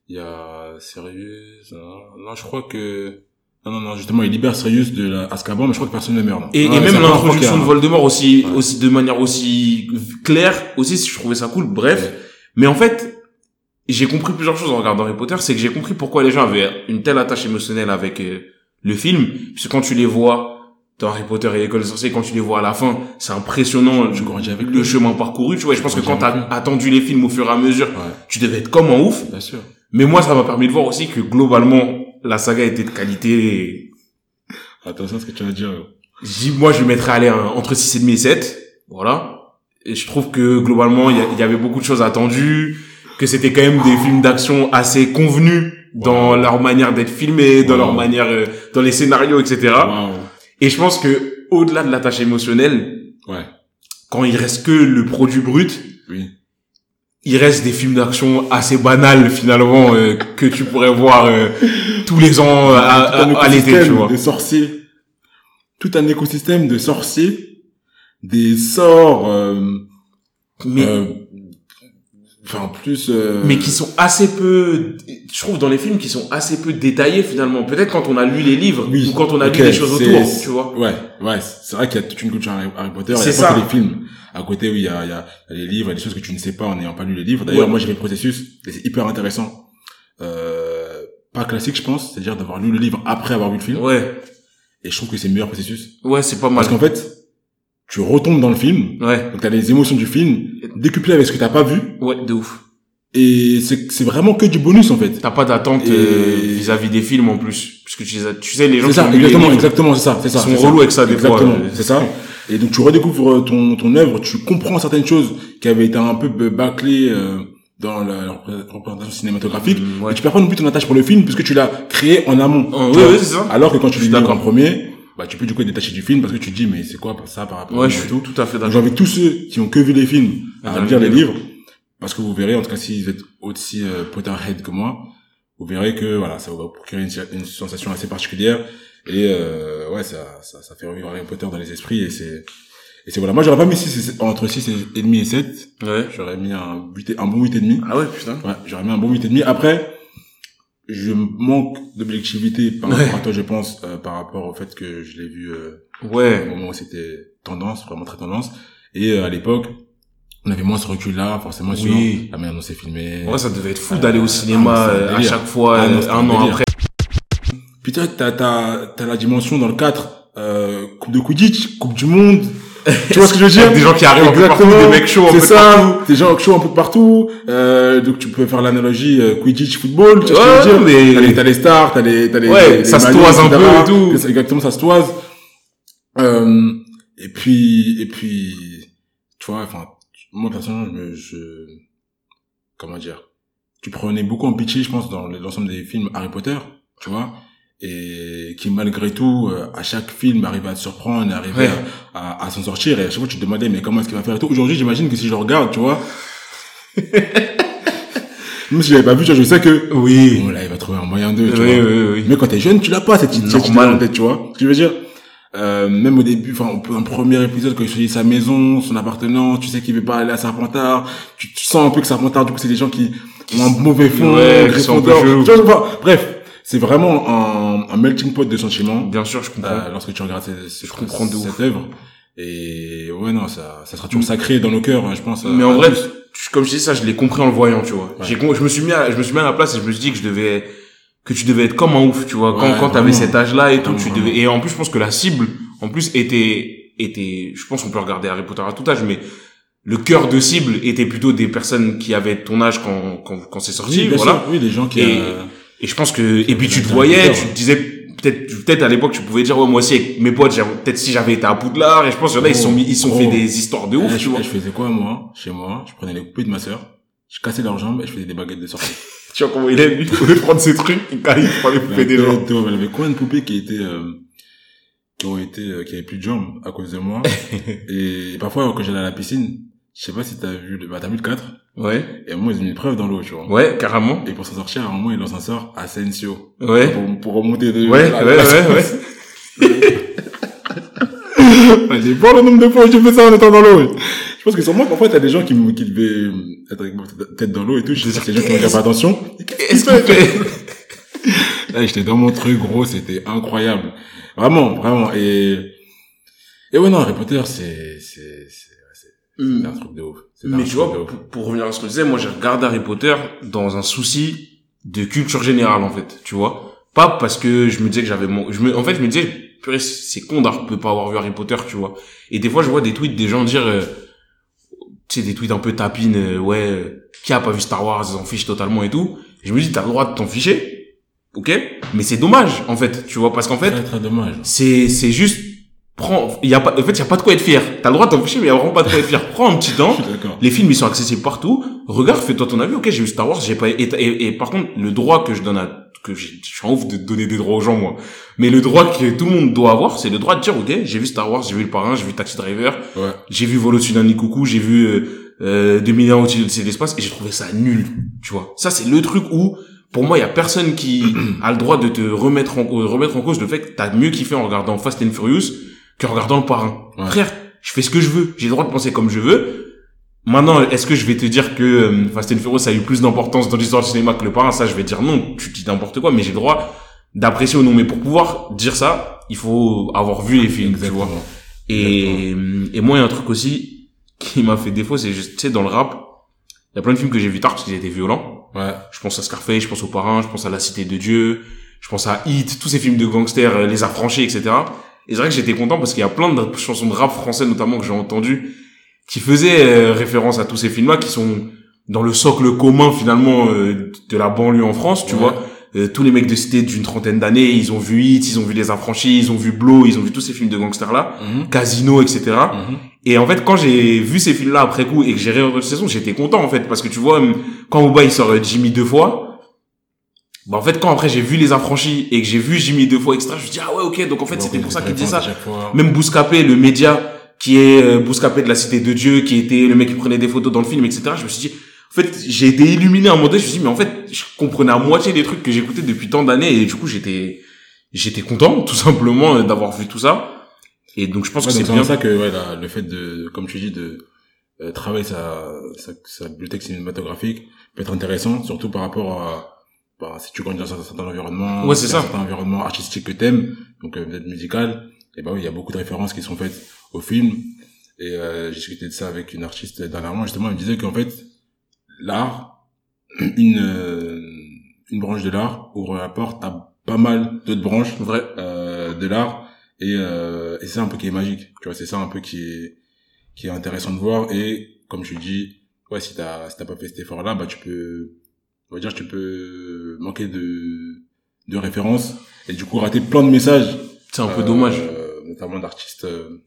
Il y a Sirius, non, non, je crois que, non, non, non, justement, il libère Sirius de la Azkaban, mais je crois que personne ne meurt, non.
Et,
Non,
et
mais
même
c'est la première fois
l'introduction
qu'il y
de
a-
Voldemort aussi,
Ouais.
aussi de manière aussi claire, aussi, je trouvais ça cool. Bref.
Ouais.
Mais en fait, j'ai compris plusieurs choses en regardant Harry Potter, c'est que j'ai compris pourquoi les gens avaient une telle attache émotionnelle avec euh, le film, puisque quand tu les vois dans Harry Potter et l'école des sorciers, quand tu les vois à la fin, c'est impressionnant
Je grandis avec
le,
lui.
chemin parcouru, tu vois, et je pense que quand
grandis
t'as
avec
attendu les films au fur et à mesure,
Ouais,
tu devais être comme un ouf,
bien sûr.
mais moi ça m'a permis de voir aussi que globalement, la saga était de qualité, et
Attention à ce que tu vas dire.
je dis, moi, je mettrais aller un- entre 6,5 et 7. Voilà. Et je trouve que globalement, il y, a- il y avait beaucoup de choses attendues, que c'était quand même des films d'action assez convenus dans leur manière d'être filmés, dans
Wow.
leur manière, euh, dans les scénarios, etc.
Waouh.
Et je pense que au-delà de l'attache émotionnelle,
Ouais.
quand il reste que le produit brut,
Oui.
il reste des films d'action assez banals finalement euh, que tu pourrais voir euh, tous les ans euh, à,
Tout un
à- à l'été, tu
écosystème
vois.
De sorciers. Tout un écosystème de sorciers, des sorts, euh,
Mais
euh, enfin plus. euh,
mais qui sont assez peu, je trouve dans les films qui sont assez peu détaillés finalement. Peut-être quand on a lu les livres
Oui.
ou quand on a
Ok,
lu des choses
c'est-
autour, tu vois.
Ouais, ouais. C'est vrai qu'il y a toute une culture Harry Harry Potter.
C'est
C'est ça.
ça.
les films. À côté, oui, il y a, il y a il y a les livres, il y a des choses que tu ne sais pas en n'ayant pas lu les livres. D'ailleurs,
Ouais.
moi, j'ai fait le processus. et C'est hyper intéressant. Euh, pas classique, je pense. C'est-à-dire d'avoir lu le livre après avoir vu le film.
Ouais,
Et je trouve que c'est le meilleur processus.
ouais, c'est pas mal.
Parce qu'en fait, tu retombes dans le film.
Ouais,
Donc t'as les émotions du film décuplées avec ce que t'as pas vu
ouais, de ouf.
Et c'est c'est vraiment que du bonus en fait.
T'as pas d'attente
Et-
euh, vis-à-vis des films en plus, puisque tu, les as- tu sais les gens
C'est
qui
ça,
ont lu les
exactement,
livres,
exactement, c'est ça, c'est ça.
Ils sont
c'est ça.
relous avec ça, des fois,
Exactement,
euh.
c'est ça. Et donc tu redécouvres euh, ton ton œuvre, tu comprends certaines choses qui avaient été un peu b- bâclées euh, dans la, la repré- représentation cinématographique.
Mm, ouais.
Et tu perds pas non plus ton attache pour le film puisque tu l'as créé en amont.
Oh,
Tu
oui,
vois.
oui, c'est ça.
Alors que quand tu
Je
lis
suis
le livre en
d'accord.
premier, bah tu peux du coup être détaché du film parce que tu te dis mais c'est quoi ça par rapport à
Ouais, je
moi et
suis
tout.
tout, tout à fait
Donc,
d'accord.
J'invite tous ceux qui ont que vu les films
Ah,
à
Bah, dans
lire
les
les livres, parce que vous verrez, en tout cas, si vous êtes aussi euh, Potterhead que moi, vous verrez que voilà, ça va procurer une, une sensation assez particulière et euh, ouais, ça, ça, ça fait revivre Harry Potter dans les esprits et c'est et c'est voilà. Moi, j'aurais pas mis 6 et- entre 6 et demi et 7.
Ouais.
J'aurais mis un 8 et- un bon 8 et demi.
Ah ouais, putain.
Ouais, j'aurais mis un bon 8 et demi. Après, je manque d'objectivité par rapport à toi, je pense, euh, par rapport au fait que je l'ai vu. euh, au
Ouais.
moment où c'était tendance, vraiment très tendance. Et euh, à l'époque, on avait moins ce recul-là, forcément, sur
Oui.
la manière dont c'est filmé.
Ouais, ça devait être fou
Euh,
d'aller au cinéma
ah, mais c'est un
euh, à
délire.
chaque fois
Ah, non,
euh,
c'est un
un an
délire.
après.
Puis toi, t'as, t'as, t'as la dimension dans le 4, euh, Coupe de Quidditch, Coupe du Monde. tu vois ce que je veux dire
Avec des gens qui arrivent un peu partout,
Exactement.
des mecs chauds un
C'est
peu
ça, des gens chauds un peu partout. Euh, donc tu peux faire l'analogie euh, Quidditch football, tu vois
Ouais,
ce que je veux dire
mais-
T'as les, t'as les stars, t'as les, t'as les,
Ouais,
les
ça se
maillots,
toise un
etc.
peu et tout.
C'est Exactement, ça se toise. Euh, et puis, et puis, tu vois, enfin, moi personnellement, je, me- je- comment dire, tu prenais beaucoup en pitié, je pense, dans l'ensemble des films Harry Potter, tu vois, et qui malgré tout, euh, à chaque film, arrivait à te surprendre, arrivait
Ouais.
à, à, à s'en sortir, et à chaque fois, tu te demandais, mais comment est-ce qu'il va faire et tout. Aujourd'hui, j'imagine que si je le regarde, tu vois, même si je l'avais pas vu, tu vois, je sais que,
Oui.
bon, là, il va trouver un moyen de,
Oui,
tu vois.
oui, oui.
Mais quand t'es jeune, tu l'as pas cette idée cette idée
Normal.
dans la tête, tu vois. Ce que je veux dire. Euh, même au début, enfin, au- un premier épisode, quand il choisit sa maison, son appartenance, tu sais qu'il veut pas aller à Serpentard, tu, tu sens un peu que Serpentard, du coup, c'est des gens qui ont un mauvais fond,
Ouais, qui sont un peu
Gryffondor,
chelous.
tu vois, je sais pas. Bref, c'est vraiment un, un melting pot de sentiments
Bien sûr, je comprends.
euh, lorsque tu regardes ce- ce-
Je comprends de ouf.
cette œuvre. Et ouais, non, ça, ça sera toujours sacré dans nos cœurs, hein, je pense.
mais
euh,
en
à
vrai,
tous.
je- comme je dis ça, je l'ai compris en le voyant, tu vois. J'ai con- je me suis mis à, je me suis mis à la place et je me suis dit que je devais que tu devais être comme un ouf, tu vois. Quand
Ouais,
quand t'avais
vraiment.
cet âge-là et tout, tu
Vraiment,
devais et en plus je pense que la cible en plus était était je pense qu'on peut regarder Harry Potter à tout âge mais le cœur de cible était plutôt des personnes qui avaient ton âge quand quand quand c'est sorti,
oui, bien
voilà.
sûr, oui, des gens qui,
Et-
euh,
Et je pense que et puis tu te
bien
voyais,
leader.
tu te disais peut-être peut-être à l'époque tu pouvais dire ouais moi aussi avec mes potes j'avais- peut-être si j'avais été à Poudlard et je pense qu'il y en a ils se sont mis ils se sont
Gros,
fait
gros.
des histoires de ouf,
Eh,
tu vois.
Je, je faisais quoi, moi, chez moi? Je prenais les coupées de ma sœur, je cassais leurs jambes et je faisais des baguettes de sortie.
Tu vois comment il aime, lui, au lieu de prendre ses trucs, il arrive, il prend les
Mais
poupées des gens.
Il y avait combien de poupées qui étaient, euh, qui ont été, euh, qui avaient plus de jambes à cause de moi. et parfois, quand j'allais à la piscine, je sais pas si t'as vu le, bah, t'as vu le 4,
Ouais.
et à un moment, ils ont mis une preuve dans l'eau, tu vois.
Ouais, carrément.
Et pour s'en sortir, à un moment, ils lancent un sort Asensio.
Ouais.
Pour, pour remonter de,
Ouais, ouais,
la-
ouais,
la-
ouais.
J'ai pas le nombre de fois où j'ai fait ça en étant dans l'eau. Je pense que sûrement, parfois, t'as des gens qui, me- qui devaient euh, être avec moi tête dans l'eau et tout. Je sais que les gens qui n'ont pas attention.
Est-ce qu'il fait?
Là, j'étais dans mon truc, gros, c'était incroyable. Vraiment, vraiment. Et, et ouais, non, Harry Potter, c'est, c'est, c'est, c'est c'est un truc de ouf. C'est un
Hmm. Mais tu
truc
vois,
de ouf.
pour, pour revenir à ce que je disais, moi, j'ai regardé Harry Potter dans un souci de culture générale, en fait. Tu vois? Pas parce que je me disais que j'avais mon, je me, en fait, je me disais, purée, c'est con d'ar- de pas avoir vu Harry Potter, tu vois. Et des fois, je vois des tweets des gens dire, euh, tu sais, des tweets un peu tapines, euh, ouais, euh, qui a pas vu Star Wars, ils s'en fichent totalement et tout. Je me dis, t'as le droit de t'en ficher. Ok? Mais c'est dommage, en fait. Tu vois? Parce qu'en fait,
très, très dommage.
c'est c'est juste prends il y a pas en fait il y a pas de quoi être fier t'as le droit de t'en ficher mais il y a vraiment pas de quoi être fier prends un petit temps
Je suis d'accord.
les films ils sont accessibles partout regarde fais-toi ton avis ok j'ai vu Star Wars j'ai pas et, et, et par contre le droit que je donne à que j'ai- je suis en ouf de donner des droits aux gens moi mais le droit que tout le monde doit avoir c'est le droit de dire ok j'ai vu Star Wars j'ai vu le parrain j'ai vu Taxi Driver
Ouais.
j'ai vu Vol au-dessus d'un nid coucou j'ai vu euh, euh, 2001 au-dessus de l'espace et j'ai trouvé ça nul tu vois ça c'est le truc où pour moi il y a personne qui a le droit de te remettre en euh, remettre en cause le fait que t'as mieux kiffé en regardant Fast and Furious qu'en regardant le parrain
Ouais.
frère je fais ce que je veux j'ai le droit de penser comme je veux maintenant est-ce que je vais te dire que euh, Fast and Furious ça a eu plus d'importance dans l'histoire du cinéma que le parrain ça je vais dire non tu dis n'importe quoi mais j'ai le droit d'apprécier ou non mais pour pouvoir dire ça il faut avoir vu les films tu vois
Exactement.
et, et moi, il y a un truc aussi qui m'a fait défaut, c'est juste, tu sais, dans le rap, il y a plein de films que j'ai vu tard parce qu'ils étaient violents.
Ouais.
Je pense à Scarface, je pense au Parrain, je pense à La Cité de Dieu, je pense à Hit, tous ces films de gangsters, euh, Les Affranchis, etc. Et c'est vrai que j'étais content parce qu'il y a plein de chansons de rap français, notamment, que j'ai entendues, qui faisaient euh, référence à tous ces films-là, qui sont dans le socle commun finalement euh, de la banlieue en France, tu
Ouais.
vois. Euh, tous les mecs de cité d'une trentaine d'années, ils ont vu Hit, ils ont vu Les Affranchis, ils ont vu Blow, ils ont vu tous ces films de gangsters là, Casino, etc.
Mhm.
Et en fait, quand j'ai vu ces films-là après coup et que j'ai regardé saison, j'étais content en fait parce que tu vois, hum, quand Oba il sort euh, Jimmy deux fois, bah en fait quand après j'ai vu les affranchis et que j'ai vu Jimmy deux fois extra, je me dis ah ouais ok donc en
Bah,
fait c'était pour ça qu'il disait ça. Même Bouscapé, le média qui est euh, Bouscapé de la Cité de Dieu, qui était le mec qui prenait des photos dans le film, etc. Je me suis dit en fait j'ai été illuminé à un moment donné. Je me suis dit mais en fait je comprenais à moitié des trucs que j'écoutais depuis tant d'années et du coup j'étais j'étais content tout simplement euh, d'avoir vu tout ça. Et donc je pense que
Ouais, donc
c'est
c'est
bien.
pour ça que ouais, la- le fait de, comme tu dis, de euh, travailler sa, sa, sa bibliothèque cinématographique peut être intéressant, surtout par rapport à bah, si tu grandis dans un certain environnement,
Ouais, c'est
si
ça.
t'as un certain environnement artistique que t'aimes, donc euh, peut-être musical, et bah oui, il y a beaucoup de références qui sont faites au film. Et euh, j'ai discuté de ça avec une artiste dernièrement, justement, elle me disait qu'en fait, l'art, une, euh, une branche de l'art ouvre la porte à pas mal d'autres branches
Vrai.
euh, de l'art et, euh, et c'est ça un peu qui est magique tu vois c'est ça un peu qui est qui est intéressant de voir et comme tu dis ouais si t'as si t'as pas fait cet effort là bah tu peux on va dire tu peux manquer de de références et du coup rater plein de messages
C'est un peu
Euh,
dommage.
notamment d'artistes euh,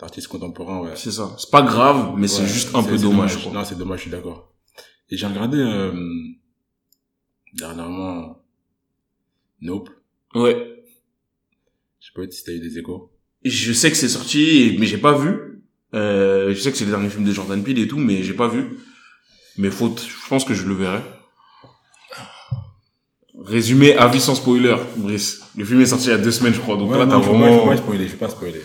d'artistes contemporains ouais
C'est ça. C'est pas grave, mais c'est
Ouais,
juste un peu
c'est
dommage. quoi.
Non, c'est dommage, je suis d'accord. Et j'ai regardé euh, dernièrement Nope.
Ouais.
Je sais pas si t'as eu des échos.
Je sais que c'est sorti, mais j'ai pas vu. Euh, je sais que c'est le dernier film de Jordan Peele et tout, mais j'ai pas vu. Mais faute, je pense que je le verrai. Résumé, avis sans spoiler, Brice. Le film est sorti il y a deux semaines, je crois. Donc là, t'as
non, je vais pas-
vraiment...
Je vais pas spoiler, je vais pas spoiler.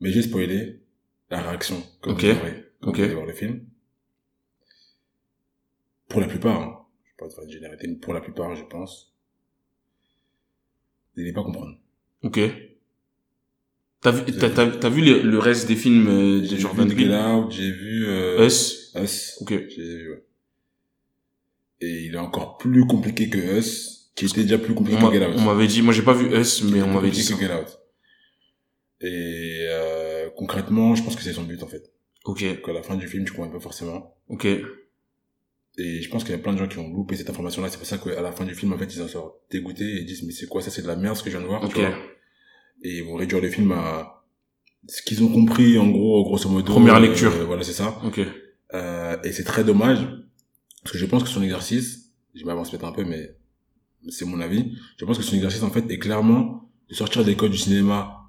Mais j'ai spoilé la réaction. Comme
Ok.
vous verrez, quand
Ok.
vous allez voir le film. Pour la plupart, hein. je vais pas te faire une généralité, mais pour la plupart, je pense. Vous n'allez pas comprendre.
Ok. T'as vu, t'as, t'as- t'as vu le, le reste des films euh, de
J'ai
Jordan
vu Get
Peele
Out, j'ai vu euh,
Us
Us.
Ok.
J'ai vu, ouais. Et il est encore plus compliqué que Us, qui était déjà plus compliqué
On
que
m'a-
Get Out.
on m'avait dit... Moi, j'ai pas vu Us, mais on
Plus
m'avait dit
compliqué
ça.
que Get Out. Et euh, concrètement, je pense que c'est son but en fait.
Ok,
Donc à la fin du film, tu comprends pas forcément.
ok.
Et je pense qu'il y a plein de gens qui ont loupé cette information-là. C'est pour ça qu'à la fin du film, en fait, ils en sortent dégoûtés et ils disent mais c'est quoi ça C'est de la merde ce que je viens de voir.
Ok.
Tu vois et ils vont réduire le film à ce qu'ils ont compris en gros, grosso modo.
Première lecture.
Euh, voilà, c'est ça.
Ok.
Euh, et c'est très dommage, parce que je pense que son exercice, je m'avance peut-être un peu, mais c'est mon avis, je pense que son exercice, en fait, est clairement de sortir des codes du cinéma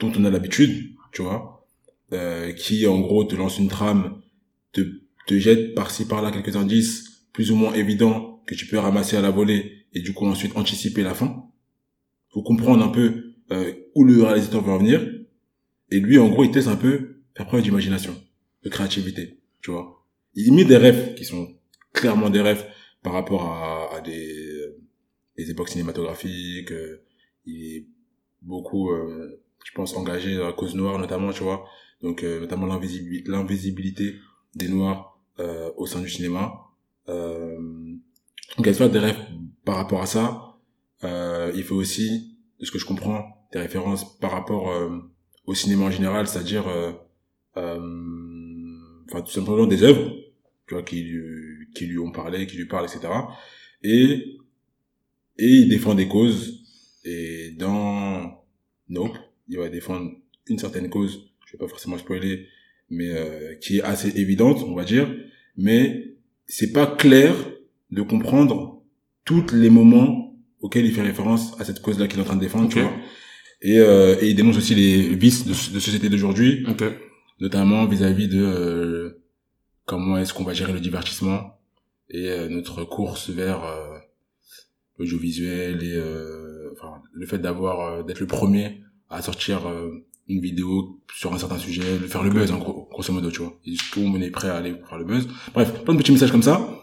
dont on a l'habitude, tu vois, euh, qui, en gros, te lance une trame, te, te jette par-ci, par-là quelques indices, plus ou moins évidents, que tu peux ramasser à la volée, et du coup, ensuite, anticiper la fin. Faut comprendre un peu euh, où le réalisateur veut en venir, et lui, en gros, il teste un peu, faire preuve d'imagination, de créativité, tu vois il met des rêves qui sont clairement des rêves par rapport à, à des, euh, des époques cinématographiques. euh, il est beaucoup, euh, je pense, engagé dans la cause noire notamment, tu vois. Donc euh, notamment l'invisibi- l'invisibilité des noirs euh, au sein du cinéma. Euh, donc il fait des rêves par rapport à ça. Euh, il fait aussi, de ce que je comprends, des références par rapport euh, au cinéma en général, c'est-à-dire euh, euh, enfin tout simplement des œuvres tu vois qui lui, qui lui ont parlé qui lui parlent etc et et il défend des causes et dans Nope il va défendre une certaine cause je vais pas forcément spoiler mais euh, qui est assez évidente on va dire mais c'est pas clair de comprendre tous les moments auxquels il fait référence à cette cause là qu'il est en train de défendre tu
Ok.
vois et, euh, et il dénonce aussi les vices de, de société d'aujourd'hui
Ok.
notamment vis-à-vis de euh, comment est-ce qu'on va gérer le divertissement et euh, notre course vers euh, le jeu visuel et euh, enfin, le fait d'avoir euh, d'être le premier à sortir euh, une vidéo sur un certain sujet, de faire le buzz en gros, grosso modo, tu vois. Et tout le monde est prêt à aller faire le buzz. Bref, plein de petits messages comme ça.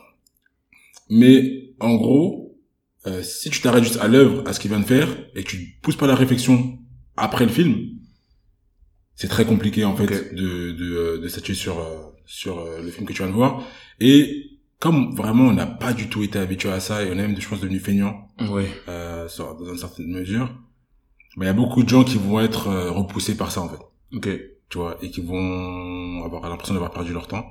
Mais en gros, euh, si tu t'arrêtes juste à l'œuvre, à ce qu'il vient de faire, et que tu ne pousses pas la réflexion après le film, c'est très compliqué en fait
Ok.
de, de, euh, de statuer sur, euh, sur euh, le film que tu viens de voir. Et comme vraiment on n'a pas du tout été habitué à ça, et on est même, je pense, devenu feignant
Ouais.
euh, sur- dans une certaine mesure, mais il y a beaucoup de gens qui vont être euh, repoussés par ça en fait,
Ok.
tu vois, et qui vont avoir l'impression d'avoir perdu leur temps.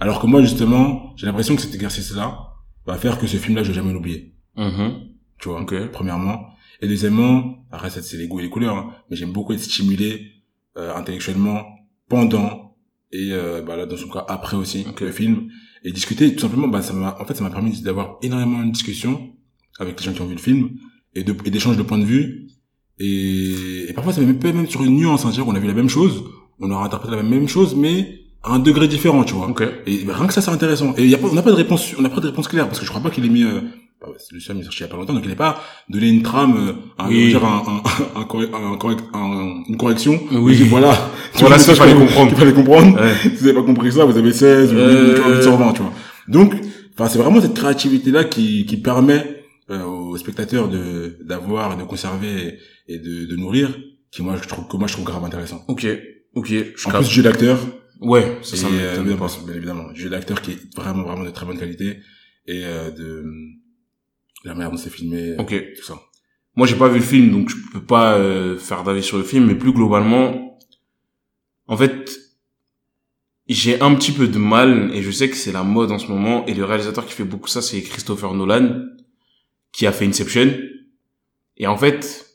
Alors que moi, justement, j'ai l'impression que cet exercice-là va faire que ce film-là, je vais jamais l'oublier.
Mhm.
Tu vois, euh,
Ok.
premièrement. Et deuxièmement, après, ça, c'est les goûts et les couleurs, hein, mais j'aime beaucoup être stimulé euh, intellectuellement pendant et euh, bah, là, dans son cas, après aussi,
Ok.
le film. Et discuter, tout simplement, bah, ça m'a, en fait, ça m'a permis d'avoir énormément de discussions avec les gens qui ont vu le film et de- et d'échanges de points de vue. Et, et parfois, ça peut même, peut même sur une nuance, hein, c'est-à-dire qu'on a vu la même chose, on aura interprété la même chose, mais à un degré différent, tu vois.
Ok.
Et bah, rien que ça, c'est intéressant. Et y a pas- on n'a pas de réponse, on n'a pas de réponse claire parce que je crois pas qu'il ait mis. Euh, bah ouais, c'est le film est sorti il y a pas longtemps, donc il n'est pas donné une trame, euh, un,
Oui.
dire un, un, un, correct- un correct- un- une correction.
Oui.
Il dit, voilà.
Voilà ce qu'il fallait comprendre.
Il fallait comprendre.
Ouais.
si vous n'avez pas compris ça, vous avez 16 ou
Euh.
tu vois, 8 sur 20, tu vois. Donc, enfin, c'est vraiment cette créativité là qui, qui permet euh, aux spectateurs de d'avoir, de conserver et de, de nourrir, qui moi je trouve que moi je trouve grave intéressant.
Ok. Ok. Je
En
capte.
plus, jeu d'acteur,
Ouais, ça, ça
et,
me-
euh,
ça me
bien,
dépasse.
bien évidemment, jeu d'acteur qui est vraiment vraiment de très bonne qualité et euh, de la manière dont c'est filmé, euh,
Ok.
tout ça.
Moi, j'ai pas vu le film, donc je peux pas euh, faire d'avis sur le film, mais plus globalement, en fait, j'ai un petit peu de mal, et je sais que c'est la mode en ce moment, et le réalisateur qui fait beaucoup ça, c'est Christopher Nolan, qui a fait Inception. Et en fait,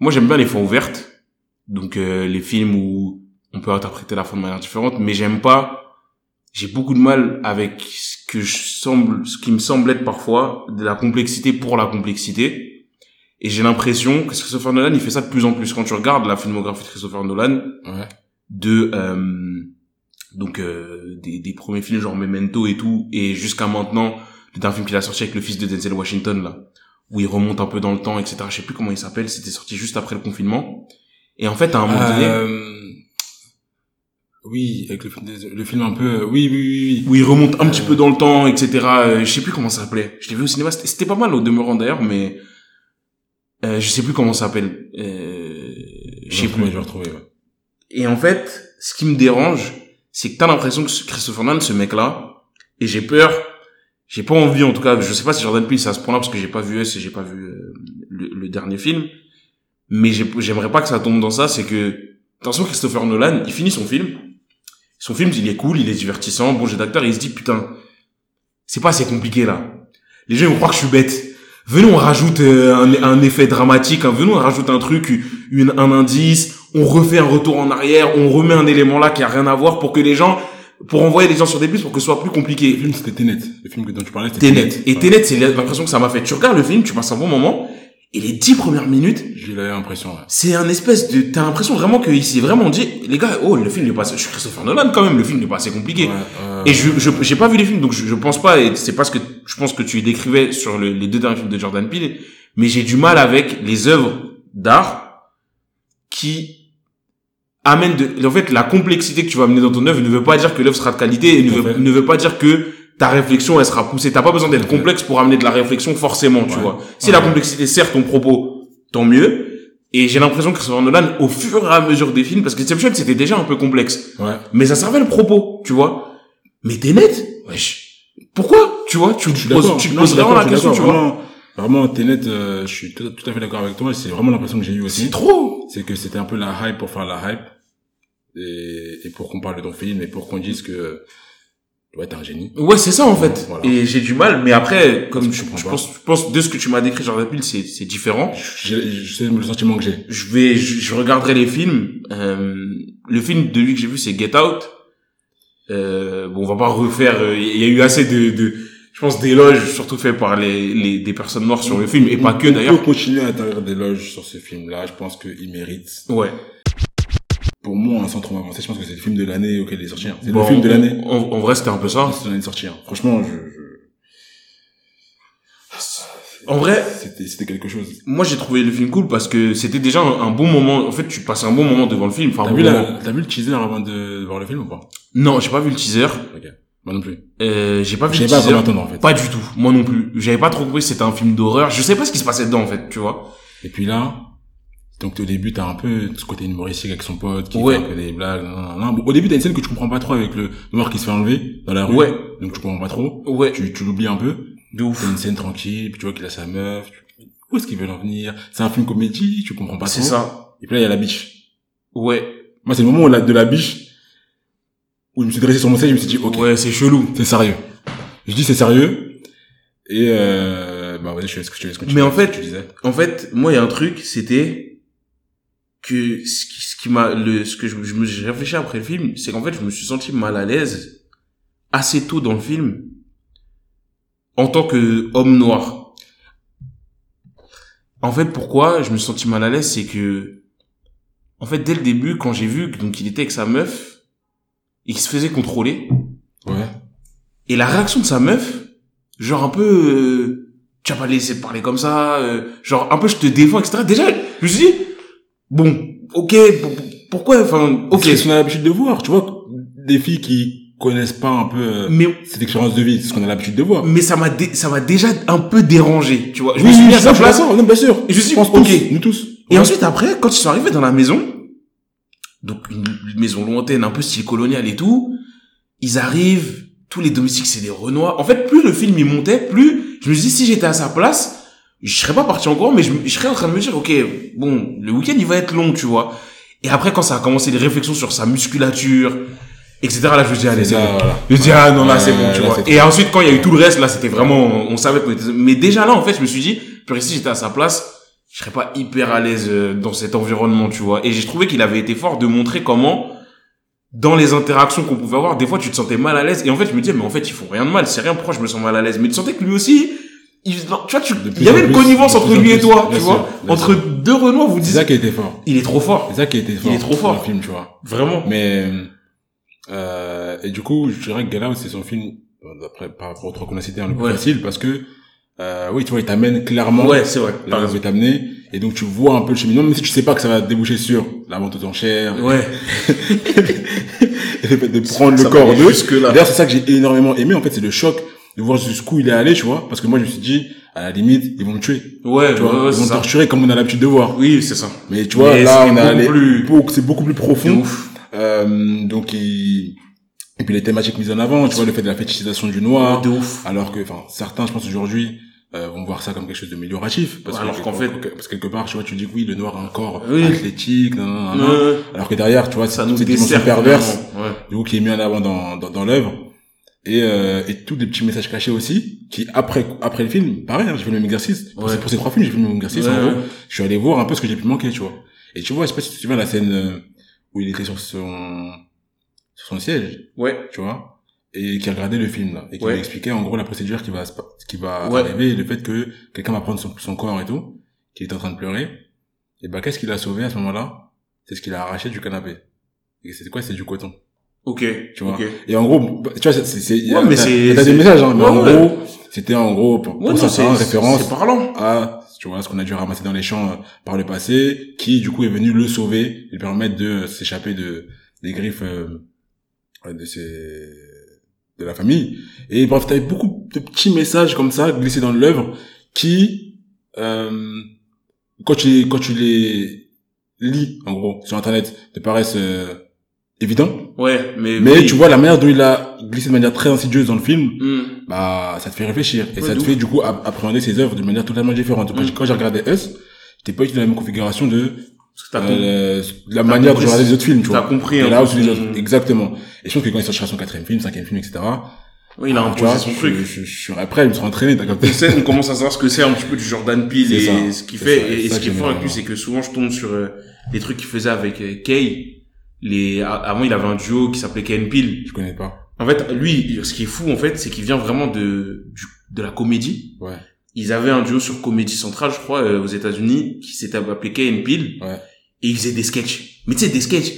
moi, j'aime bien les fins ouvertes, donc euh, les films où on peut interpréter la fin de manière différente, mais j'aime pas j'ai beaucoup de mal avec ce que je semble, ce qui me semble être parfois de la complexité pour la complexité. Et j'ai l'impression que Christopher Nolan, il fait ça de plus en plus. Quand tu regardes la filmographie de Christopher Nolan,
Ouais.
de euh, donc euh, des, des premiers films genre Memento et tout, et jusqu'à maintenant, le dernier film qu'il a sorti avec le fils de Denzel Washington là, où il remonte un peu dans le temps, etc. Je sais plus comment il s'appelle. C'était sorti juste après le confinement. Et en fait, à un moment donné,
Euh, oui, avec le, film des- le film un peu, euh, oui, oui, oui, oui.
où il remonte un petit
Euh.
peu dans le temps, etc. Euh, je sais plus comment ça s'appelait. Je l'ai vu au cinéma, c'était c'était pas mal au demeurant d'ailleurs, mais euh, je sais plus comment ça s'appelle. Euh, je sais
vais retrouver,
plus.
Je vais retrouver. ouais.
Et en fait, ce qui me dérange, c'est que t'as l'impression que ce Christopher Nolan, ce mec-là, et j'ai peur, j'ai pas envie en tout cas, je sais pas si Jordan Peele c'est à ce point-là parce que j'ai pas vu S et j'ai pas vu euh, le, le dernier film, mais j'ai- j'aimerais pas que ça tombe dans ça, c'est que, attention Christopher Nolan, il finit son film, son film il est cool, il est divertissant, bon j'ai d'acteur, il se dit putain, c'est pas assez compliqué là, les gens ils vont croire que je suis bête. Venez, on rajoute euh, un, un effet dramatique, hein. venez, on rajoute un truc, une, un indice, on refait un retour en arrière, on remet un élément là qui a rien à voir pour que les gens, pour envoyer les gens sur des pistes pour que ce soit plus compliqué.
Le film, c'était Tenet. Le film que- dont tu parlais, c'était
Ténet. Et
Ouais.
Ténet, c'est l'impression que ça m'a fait. Tu regardes le film, tu passes un bon moment, et les dix premières minutes,
J'ai eu l'impression, ouais.
c'est un espèce de, t'as l'impression vraiment qu'il s'est vraiment dit, les gars, oh, le film n'est pas, je suis Christopher Nolan quand même, le film n'est pas assez compliqué.
Ouais, euh,
Et je, je- j'ai pas vu les films, donc je, je pense pas, et c'est pas ce que, je pense que tu décrivais sur le- les deux derniers films de Jordan Peele, mais j'ai du mal avec les œuvres d'art qui amènent de, en fait, la complexité que tu vas amener dans ton œuvre ne veut pas dire que l'œuvre sera de qualité et ne
Tout à
veut,
fait.
ne veut pas dire que ta réflexion, elle sera poussée. T'as pas besoin d'être
Tout à fait.
complexe pour amener de la réflexion, forcément, tu
Ouais.
vois. Si la
Ouais.
complexité sert ton propos, tant mieux. Et j'ai l'impression que Christopher Nolan, au fur et à mesure des films, parce que Inception, c'était déjà un peu complexe
ouais.
mais ça servait le propos, tu vois. Mais t'es net, wesh. Pourquoi, tu vois, tu
Je suis
te poses,
d'accord.
tu te
Non,
poses
je suis
vraiment
d'accord,
la
je suis
question, tu
d'accord.
vois.
Vraiment, vraiment Tenet, euh, je suis tout, tout à fait d'accord avec toi et c'est vraiment l'impression que j'ai eu aussi.
C'est trop.
C'est que c'était un peu la hype pour faire la hype et, et pour qu'on parle de ton film et pour qu'on dise que ouais, t'es un génie.
Ouais, c'est ça en fait.
Voilà.
Et j'ai du mal, mais après, comme
que
je,
je comprends
je
pas.
pense, je pense de ce que tu m'as décrit, Jordan Peele, c'est c'est différent.
J'ai- Je sais le sentiment que j'ai.
Je vais, je, je regarderai les films. Euh, le film de lui que j'ai vu, c'est Get Out. Euh, bon, on va pas refaire. euh, Il y a eu assez de, de je pense, d'éloges surtout faits par les, les des personnes noires sur le film et pas que
On
d'ailleurs.
peut continuer à t'arriver des loges sur ce film-là. Je pense qu'il mérite.
Ouais.
Pour moi, un centre avancé, je pense que c'est le film de l'année auquel il est sorti. hein. C'est
Bon,
le film de l'année.
En, en vrai, c'était un peu ça.
C'est l'année de sortie. hein. Franchement, je, je-
En vrai,
c'était, c'était quelque chose.
Moi, j'ai trouvé le film cool parce que c'était déjà un, un bon moment. En fait, tu passes un bon moment devant le film. Enfin,
T'as
un
vu
bon
la,
moment.
t'as vu le teaser avant de voir le film ou pas?
Non, j'ai pas vu le teaser.
Moi non plus.
Euh, j'ai pas vu
J'ai
le
pas
teaser.
vraiment attendu, en fait.
Pas du tout. Moi non plus. J'avais pas trop compris que c'était un film d'horreur. Je sais pas ce qui se passait dedans, en fait, tu vois.
Et puis là, donc au début, t'as un peu ce côté humoristique avec son pote qui
Ouais.
fait un peu des blagues. nan, nan, nan. Bon, au début, t'as une scène que tu comprends pas trop avec le noir qui se fait enlever dans la rue.
Ouais.
Donc tu comprends pas trop.
Ouais.
Tu, tu l'oublies un peu.
De ouf.
T'as une scène tranquille, puis tu vois qu'il a sa meuf. tu- Où est-ce qu'ils veulent en venir C'est un film comédie, tu comprends pas trop.
C'est ça.
Et puis là, il y a la biche.
Ouais.
Moi, c'est le moment où la- de la biche. où je me suis dressé sur mon siège, je me suis dit, ok,
Ouais, c'est chelou.
c'est sérieux. Je dis c'est sérieux. Et euh, bah vas-y, je te laisse- je te laisse continuer
Mais en
ce que
fait-
tu disais.
En fait, moi, il y a un truc, c'était que ce qui, ce qui m'a, le, ce que je, je me j'ai réfléchi après le film, c'est qu'en fait, je me suis senti mal à l'aise assez tôt dans le film en tant que homme noir. En fait, pourquoi je me suis senti mal à l'aise, c'est que, en fait, dès le début, quand j'ai vu que, donc il était avec sa meuf et qu'il se faisait contrôler,
Ouais.
et la réaction de sa meuf, genre un peu, euh, tu vas pas laisser parler comme ça, euh, genre un peu je te défends, etc. Déjà, je me suis dit, bon, ok, pour- pour- pourquoi, enfin, ok.
C'est ce qu'on a l'habitude de voir, tu vois, des filles qui connaissent pas un peu euh,
Mais,
cette expérience de vie, c'est ce qu'on a l'habitude de voir.
mais ça m'a, dé- ça m'a déjà un peu dérangé, tu vois. Je
Oui,
me suis
oui,
mis à
ça,
sa
je
place.
comprends, non, bien sûr.
Et je me suis dit,
pense tous,
ok.
nous tous.
Et
Ouais.
ensuite après, quand ils sont arrivés dans la maison, donc une une maison lointaine, un peu style colonial et tout, ils arrivent, tous les domestiques c'est des renois. En fait, plus le film il montait, plus je me dis si j'étais à sa place, je serais pas parti encore, mais je, je serais en train de me dire ok, bon, le week-end il va être long, tu vois. Et après quand ça a commencé les réflexions sur sa musculature, etc. Là je me dis allez
C'est
c'est
ça,
bon.
voilà.
Je me dis ah non là
Ouais,
c'est bon, tu
là,
vois.
c'est
Et ensuite quand il y a eu tout le reste là c'était vraiment, on savait qu'on était- Mais déjà là en fait je me suis dit, purée si j'étais à sa place je serais pas hyper à l'aise euh, dans cet environnement, tu vois. Et j'ai trouvé qu'il avait été fort de montrer comment, dans les interactions qu'on pouvait avoir, des fois tu te sentais mal à l'aise. Et en fait, je me disais, mais en fait, ils font rien de mal, c'est rien, pourquoi je me sens mal à l'aise Mais tu sentais que lui aussi, il, tu vois, tu,
De plus
il y
en
avait une
plus,
connivence
de plus
entre
en
lui et
plus,
toi,
bien
tu
sûr,
vois.
bien
Entre deux Renois, vous
C'est
disiez,
ça qui a été fort.
il est trop fort.
C'est ça qui a été fort.
est trop
dans
fort.
Le film, tu vois.
Vraiment.
Mais euh, et du coup, je dirais que Get Out, c'est son film euh, d'après par rapport aux trois qu'on a cités, hein, le plus
Ouais.
facile parce que euh, oui, tu vois, il t'amène clairement
Ouais, c'est vrai.
là
t'as
où il
raison.
veut t'amener et donc tu vois un peu le cheminement, même si tu sais pas que ça va déboucher sur la vente aux enchères,
Ouais.
et le fait de prendre
Ça
le corps
va
d'eux.
Jusque là.
D'ailleurs, c'est ça que j'ai énormément aimé. En fait, c'est le choc de voir jusqu'où il est allé, tu vois, parce que moi, je me suis dit, à la limite, ils vont me tuer,
Ouais,
tu
ouais, ouais,
vois, ils vont
c'est
me
ça.
torturer comme on a l'habitude de voir.
Oui, c'est ça.
Mais tu vois,
Mais
là,
c'est
on a
beaucoup
allé
plus-
beaucoup- c'est beaucoup plus
C'est
profond.
ouf.
Euh, donc, il... et puis les thématiques mises en avant, tu vois, le fait de la fétichisation du noir,
De ouf.
alors que, enfin, certains, je pense aujourd'hui, euh, vont voir ça comme quelque chose de amélioratif, parce
Alors
que,
qu'en fait-
parce que quelque part, tu vois, tu dis que oui, le noir a un corps
Oui.
athlétique, nan, nan, nan, nan.
Ouais,
alors que derrière, tu vois,
ça
c'est
nous
cette dimension
dessert.
perverse,
vraiment. Ouais.
du coup, qui est mis en avant dans, dans, dans l'œuvre, et, euh, et tous les petits messages cachés aussi, qui après, après le film, pareil, hein, j'ai fait le même exercice, pour,
Ouais.
ces- pour ces trois films, j'ai fait le même exercice, en
Ouais,
gros,
ouais.
je suis allé voir un peu ce que j'ai pu manquer, tu vois. Et tu vois, je sais pas si tu te souviens de la scène euh, où il était sur son, sur son siège,
Ouais.
tu vois, et qui a regardé le film, là, et qui
Ouais.
lui expliquait en gros la procédure qui va, se pa- qui va
Ouais.
arriver, et le fait que quelqu'un va prendre son, son corps et tout, qui est en train de pleurer. Et bah, qu'est-ce qu'il a sauvé à ce moment-là C'est ce qu'il a arraché du canapé. Et c'était quoi C'est du coton.
Ok.
Tu vois.
ok.
Et en gros, bah, tu vois, c'est, c'est, c'est- il y a-
Ouais, mais
t'as-
c'est-
t'as des
c'est-
messages, hein, mais
Ouais,
en
ouais.
gros, c'était en gros, pour,
Ouais,
pour
non,
certains,
c'est
référence
c'est parlant.
à tu vois ce qu'on a dû ramasser dans les champs euh, par le passé qui du coup est venu le sauver et lui permettre de euh, s'échapper de des griffes euh, euh, de ses de la famille et bref t'avais beaucoup de petits messages comme ça glissés dans l'œuvre qui euh, quand tu les quand tu les lis en gros sur internet te paraissent euh, évidents
Ouais, mais
mais
oui.
tu vois la manière dont il a glissé de manière très insidieuse dans le film
Hmm.
bah ça te fait réfléchir et
Ouais,
ça
de
te
ouf.
fait du coup app- appréhender ses œuvres de manière totalement différente. Parce que
Mm.
Quand j'ai regardé Us, j'étais pas du tout dans la même configuration de
Parce que t'as compris.
euh, le- la manière dont
compris
je regardais
ce-
les autres films, tu
t'as
vois.
compris,
Et
hein,
là aussi les
ton-
autres, exactement. Et je pense que quand il sortira son quatrième film, cinquième film, etc.
Oui, il a
ah,
imposé
tu vois,
son
je-
truc.
Je, je serais prêt, il me sera entraîné, t'as capté.
Tu sais, on commence à savoir ce que c'est un petit peu du Jordan Peele
C'est
et
ça,
ce qu'il
c'est
fait.
ça,
et
c'est
et
ça
ce qui est
que
fort avec
j'aime
lui, c'est que souvent je tombe sur euh, les trucs qu'il faisait avec euh, Kay. Les, a- avant, il avait un duo qui s'appelait Ken Peele.
Je connais pas.
En fait, lui, ce qui est fou, en fait, c'est qu'il vient vraiment de, du- de la comédie.
Ouais.
Ils avaient un duo sur Comédie Centrale, je crois, euh, aux États-Unis, qui s'était appelé Kay and Peele.
Ouais.
Et ils faisaient des sketchs. Mais tu sais, des sketchs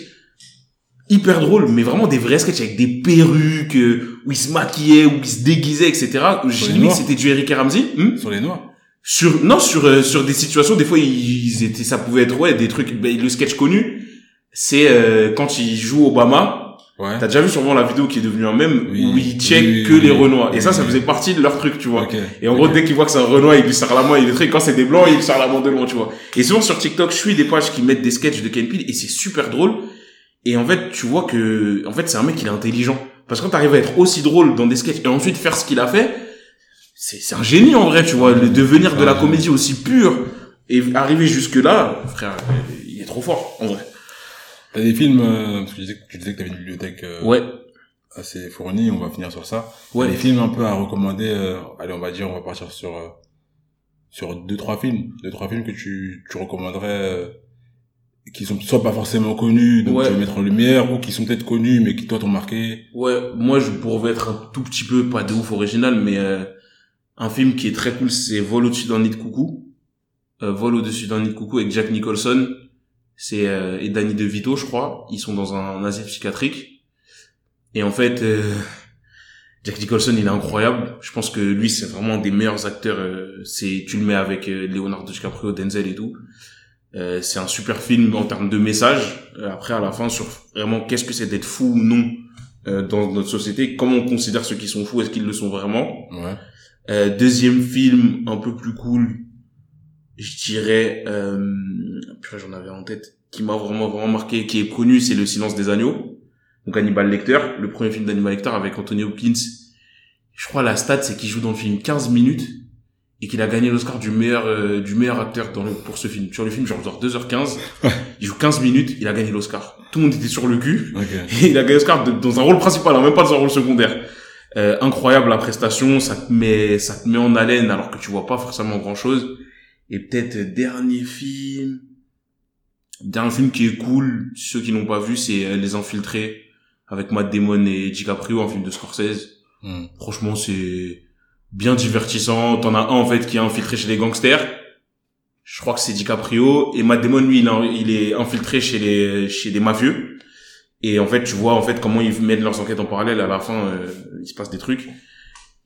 hyper drôles, mais vraiment des vrais sketchs avec des perruques, euh, où ils se maquillaient, où ils se déguisaient, etc.
Sur
J'ai
les
limite,
Noirs.
c'était du Eric et Ramsey. Hmm
Sur les noirs.
sur non sur euh, sur des situations des fois ils étaient ça pouvait être ouais des trucs ben, le sketch connu c'est euh, quand il joue Obama
Ouais.
t'as déjà vu sûrement la vidéo qui est devenue un mème
Oui.
où il check
Oui,
que
oui,
les
oui.
Renois et ça ça
Oui.
faisait partie de leur truc tu vois
Ok.
et en gros dès qu'il voit que c'est un Renoir il lui serre la main il le truc quand c'est des blancs il lui serre la main de loin tu vois et souvent sur TikTok je suis des pages qui mettent des sketchs de Ken Peele et c'est super drôle et en fait tu vois que en fait c'est un mec il est intelligent parce que quand t'arrives à être aussi drôle dans des sketchs et ensuite faire ce qu'il a fait c'est c'est un génie en vrai, tu vois, le devenir de la
Ouais.
comédie aussi pure et arriver jusque là, frère, euh, il est trop fort en vrai.
T'as des films, euh, parce que tu disais, tu disais que t'avais une bibliothèque. euh,
Ouais.
assez fournie, on va finir sur ça.
Ouais.
Les films un peu à recommander, euh, allez, on va dire, on va partir sur euh, sur deux trois films, deux trois films que tu tu recommanderais euh, qui sont soit pas forcément connus, donc
Ouais.
tu vas mettre en lumière, ou qui sont peut-être connus mais qui toi t'ont marqué.
Ouais, moi je pourrais être un tout petit peu, pas de ouf original, mais euh, un film qui est très cool, c'est Vol au-dessus d'un nid de coucou. Euh, Vol au-dessus d'un nid de coucou avec Jack Nicholson c'est euh, et Danny DeVito, je crois. Ils sont dans un, asile psychiatrique. Et en fait, euh, Jack Nicholson, il est incroyable. Je pense que lui, c'est vraiment un des meilleurs acteurs. euh, c'est tu le mets avec euh, Leonardo DiCaprio, Denzel et tout. Euh, c'est un super film en termes de message. Euh, Après, à la fin, sur vraiment qu'est-ce que c'est d'être fou ou non euh, dans notre société, comment on considère ceux qui sont fous, est-ce qu'ils le sont vraiment
Ouais.
euh, deuxième film un peu plus cool, je dirais, euh, purée, j'en avais en tête, qui m'a vraiment vraiment marqué, qui est connu, c'est Le Silence des Agneaux. Donc Hannibal Lecter, le premier film d'Hannibal Lecter avec Anthony Hopkins. Je crois la stat c'est qu'il joue dans le film 15 minutes et qu'il a gagné l'Oscar du meilleur euh, du meilleur acteur dans le, pour ce film. Sur le film genre genre 2h15, il joue 15 minutes, il a gagné l'Oscar. Tout le monde était sur le cul.
Ok.
Et il a gagné l'Oscar de- dans un rôle principal, hein, même pas dans un rôle secondaire. Euh, incroyable la prestation, ça te met, ça te met en haleine alors que tu vois pas forcément grand chose. Et peut-être euh, dernier film, dernier film qui est cool, ceux qui l'ont pas vu, c'est euh, Les Infiltrés avec Matt Damon et DiCaprio, un film de Scorsese.
Hmm.
Franchement, c'est bien divertissant. T'en as un en fait qui est infiltré chez les gangsters. Je crois que c'est DiCaprio et Matt Damon lui il, est- il est infiltré chez les chez des mafieux. Et en fait, tu vois en fait comment ils mènent leurs enquêtes en parallèle. À la fin, euh, il se passe des trucs.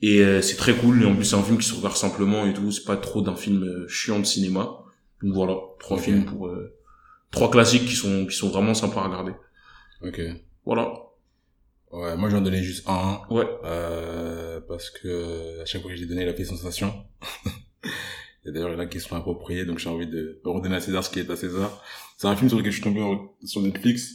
Et euh, c'est très cool. Et en plus, c'est un film qui se regarde simplement et tout. C'est pas trop d'un film euh, chiant de cinéma. Donc voilà, trois
Ok.
films pour euh, trois classiques qui sont qui sont vraiment sympas à regarder.
Ok.
Voilà.
Ouais, moi je vais en donner juste un.
Ouais.
Euh, parce que à chaque fois que je l'ai donné, il a fait sensation. Et d'ailleurs, il y en a qui se sont appropriés, donc j'ai envie de redonner à César ce qui est à César. C'est un film sur lequel je suis tombé en- sur Netflix,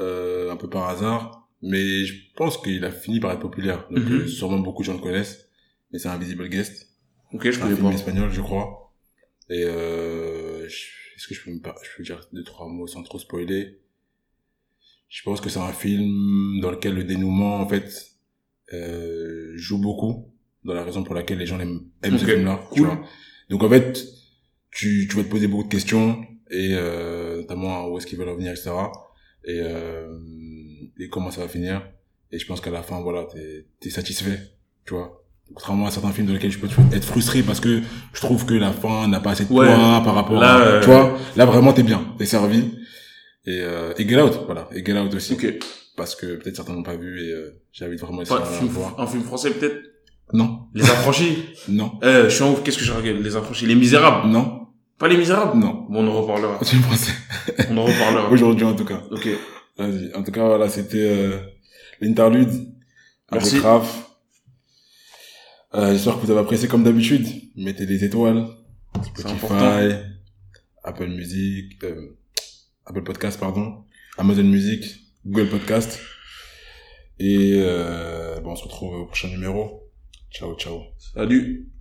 euh, un peu par hasard, mais je pense qu'il a fini par être populaire. Donc
Mhm.
euh, sûrement beaucoup de gens le connaissent, mais c'est Invisible Guest,
Ok, je
un
connais
film
pas.
espagnol, je crois. Et euh, je- est-ce que je peux me par- je peux dire deux trois mots sans trop spoiler Je pense que c'est un film dans lequel le dénouement en fait euh, joue beaucoup dans la raison pour laquelle les gens aiment, aiment ce
Ok,
film-là. tu
cool.
vois. Donc en fait, tu, tu vas te poser beaucoup de questions et euh, notamment hein, où est-ce qu'ils veulent revenir, etc. Et, euh, et comment ça va finir. Et je pense qu'à la fin, voilà, t'es es satisfait, tu vois. Contrairement à certains films dans lesquels je peux être frustré parce que je trouve que la fin n'a pas assez de
Ouais.
poids par rapport
Là,
à,
euh,
tu vois, là vraiment t'es bien, t'es servi. Et, euh, et Get Out, voilà, et Get Out aussi.
Ok.
Parce que peut-être certains n'ont pas vu et euh, j'invite vraiment les
Pas
gens
de
à le
film-
voir.
un film français peut-être.
Non,
Les affranchis.
non,
Euh, je suis en ouf, qu'est-ce que j'ai regardé Les Affranchis, Les Misérables.
non,
Pas Les Misérables
non.
Bon, on en reparlera.
Tu pensais
On en reparlera.
aujourd'hui en tout cas.
Ok.
Vas-y. En tout cas, voilà, c'était euh, l'interlude
Merci.
avec Raph. Euh, J'espère que vous avez apprécié comme d'habitude. Mettez des étoiles.
C'est important.
Spotify, Apple Music, euh, Apple Podcast, pardon, Amazon Music, Google Podcast. Et euh, bon, on se retrouve au prochain numéro. Ciao, ciao.
Salut.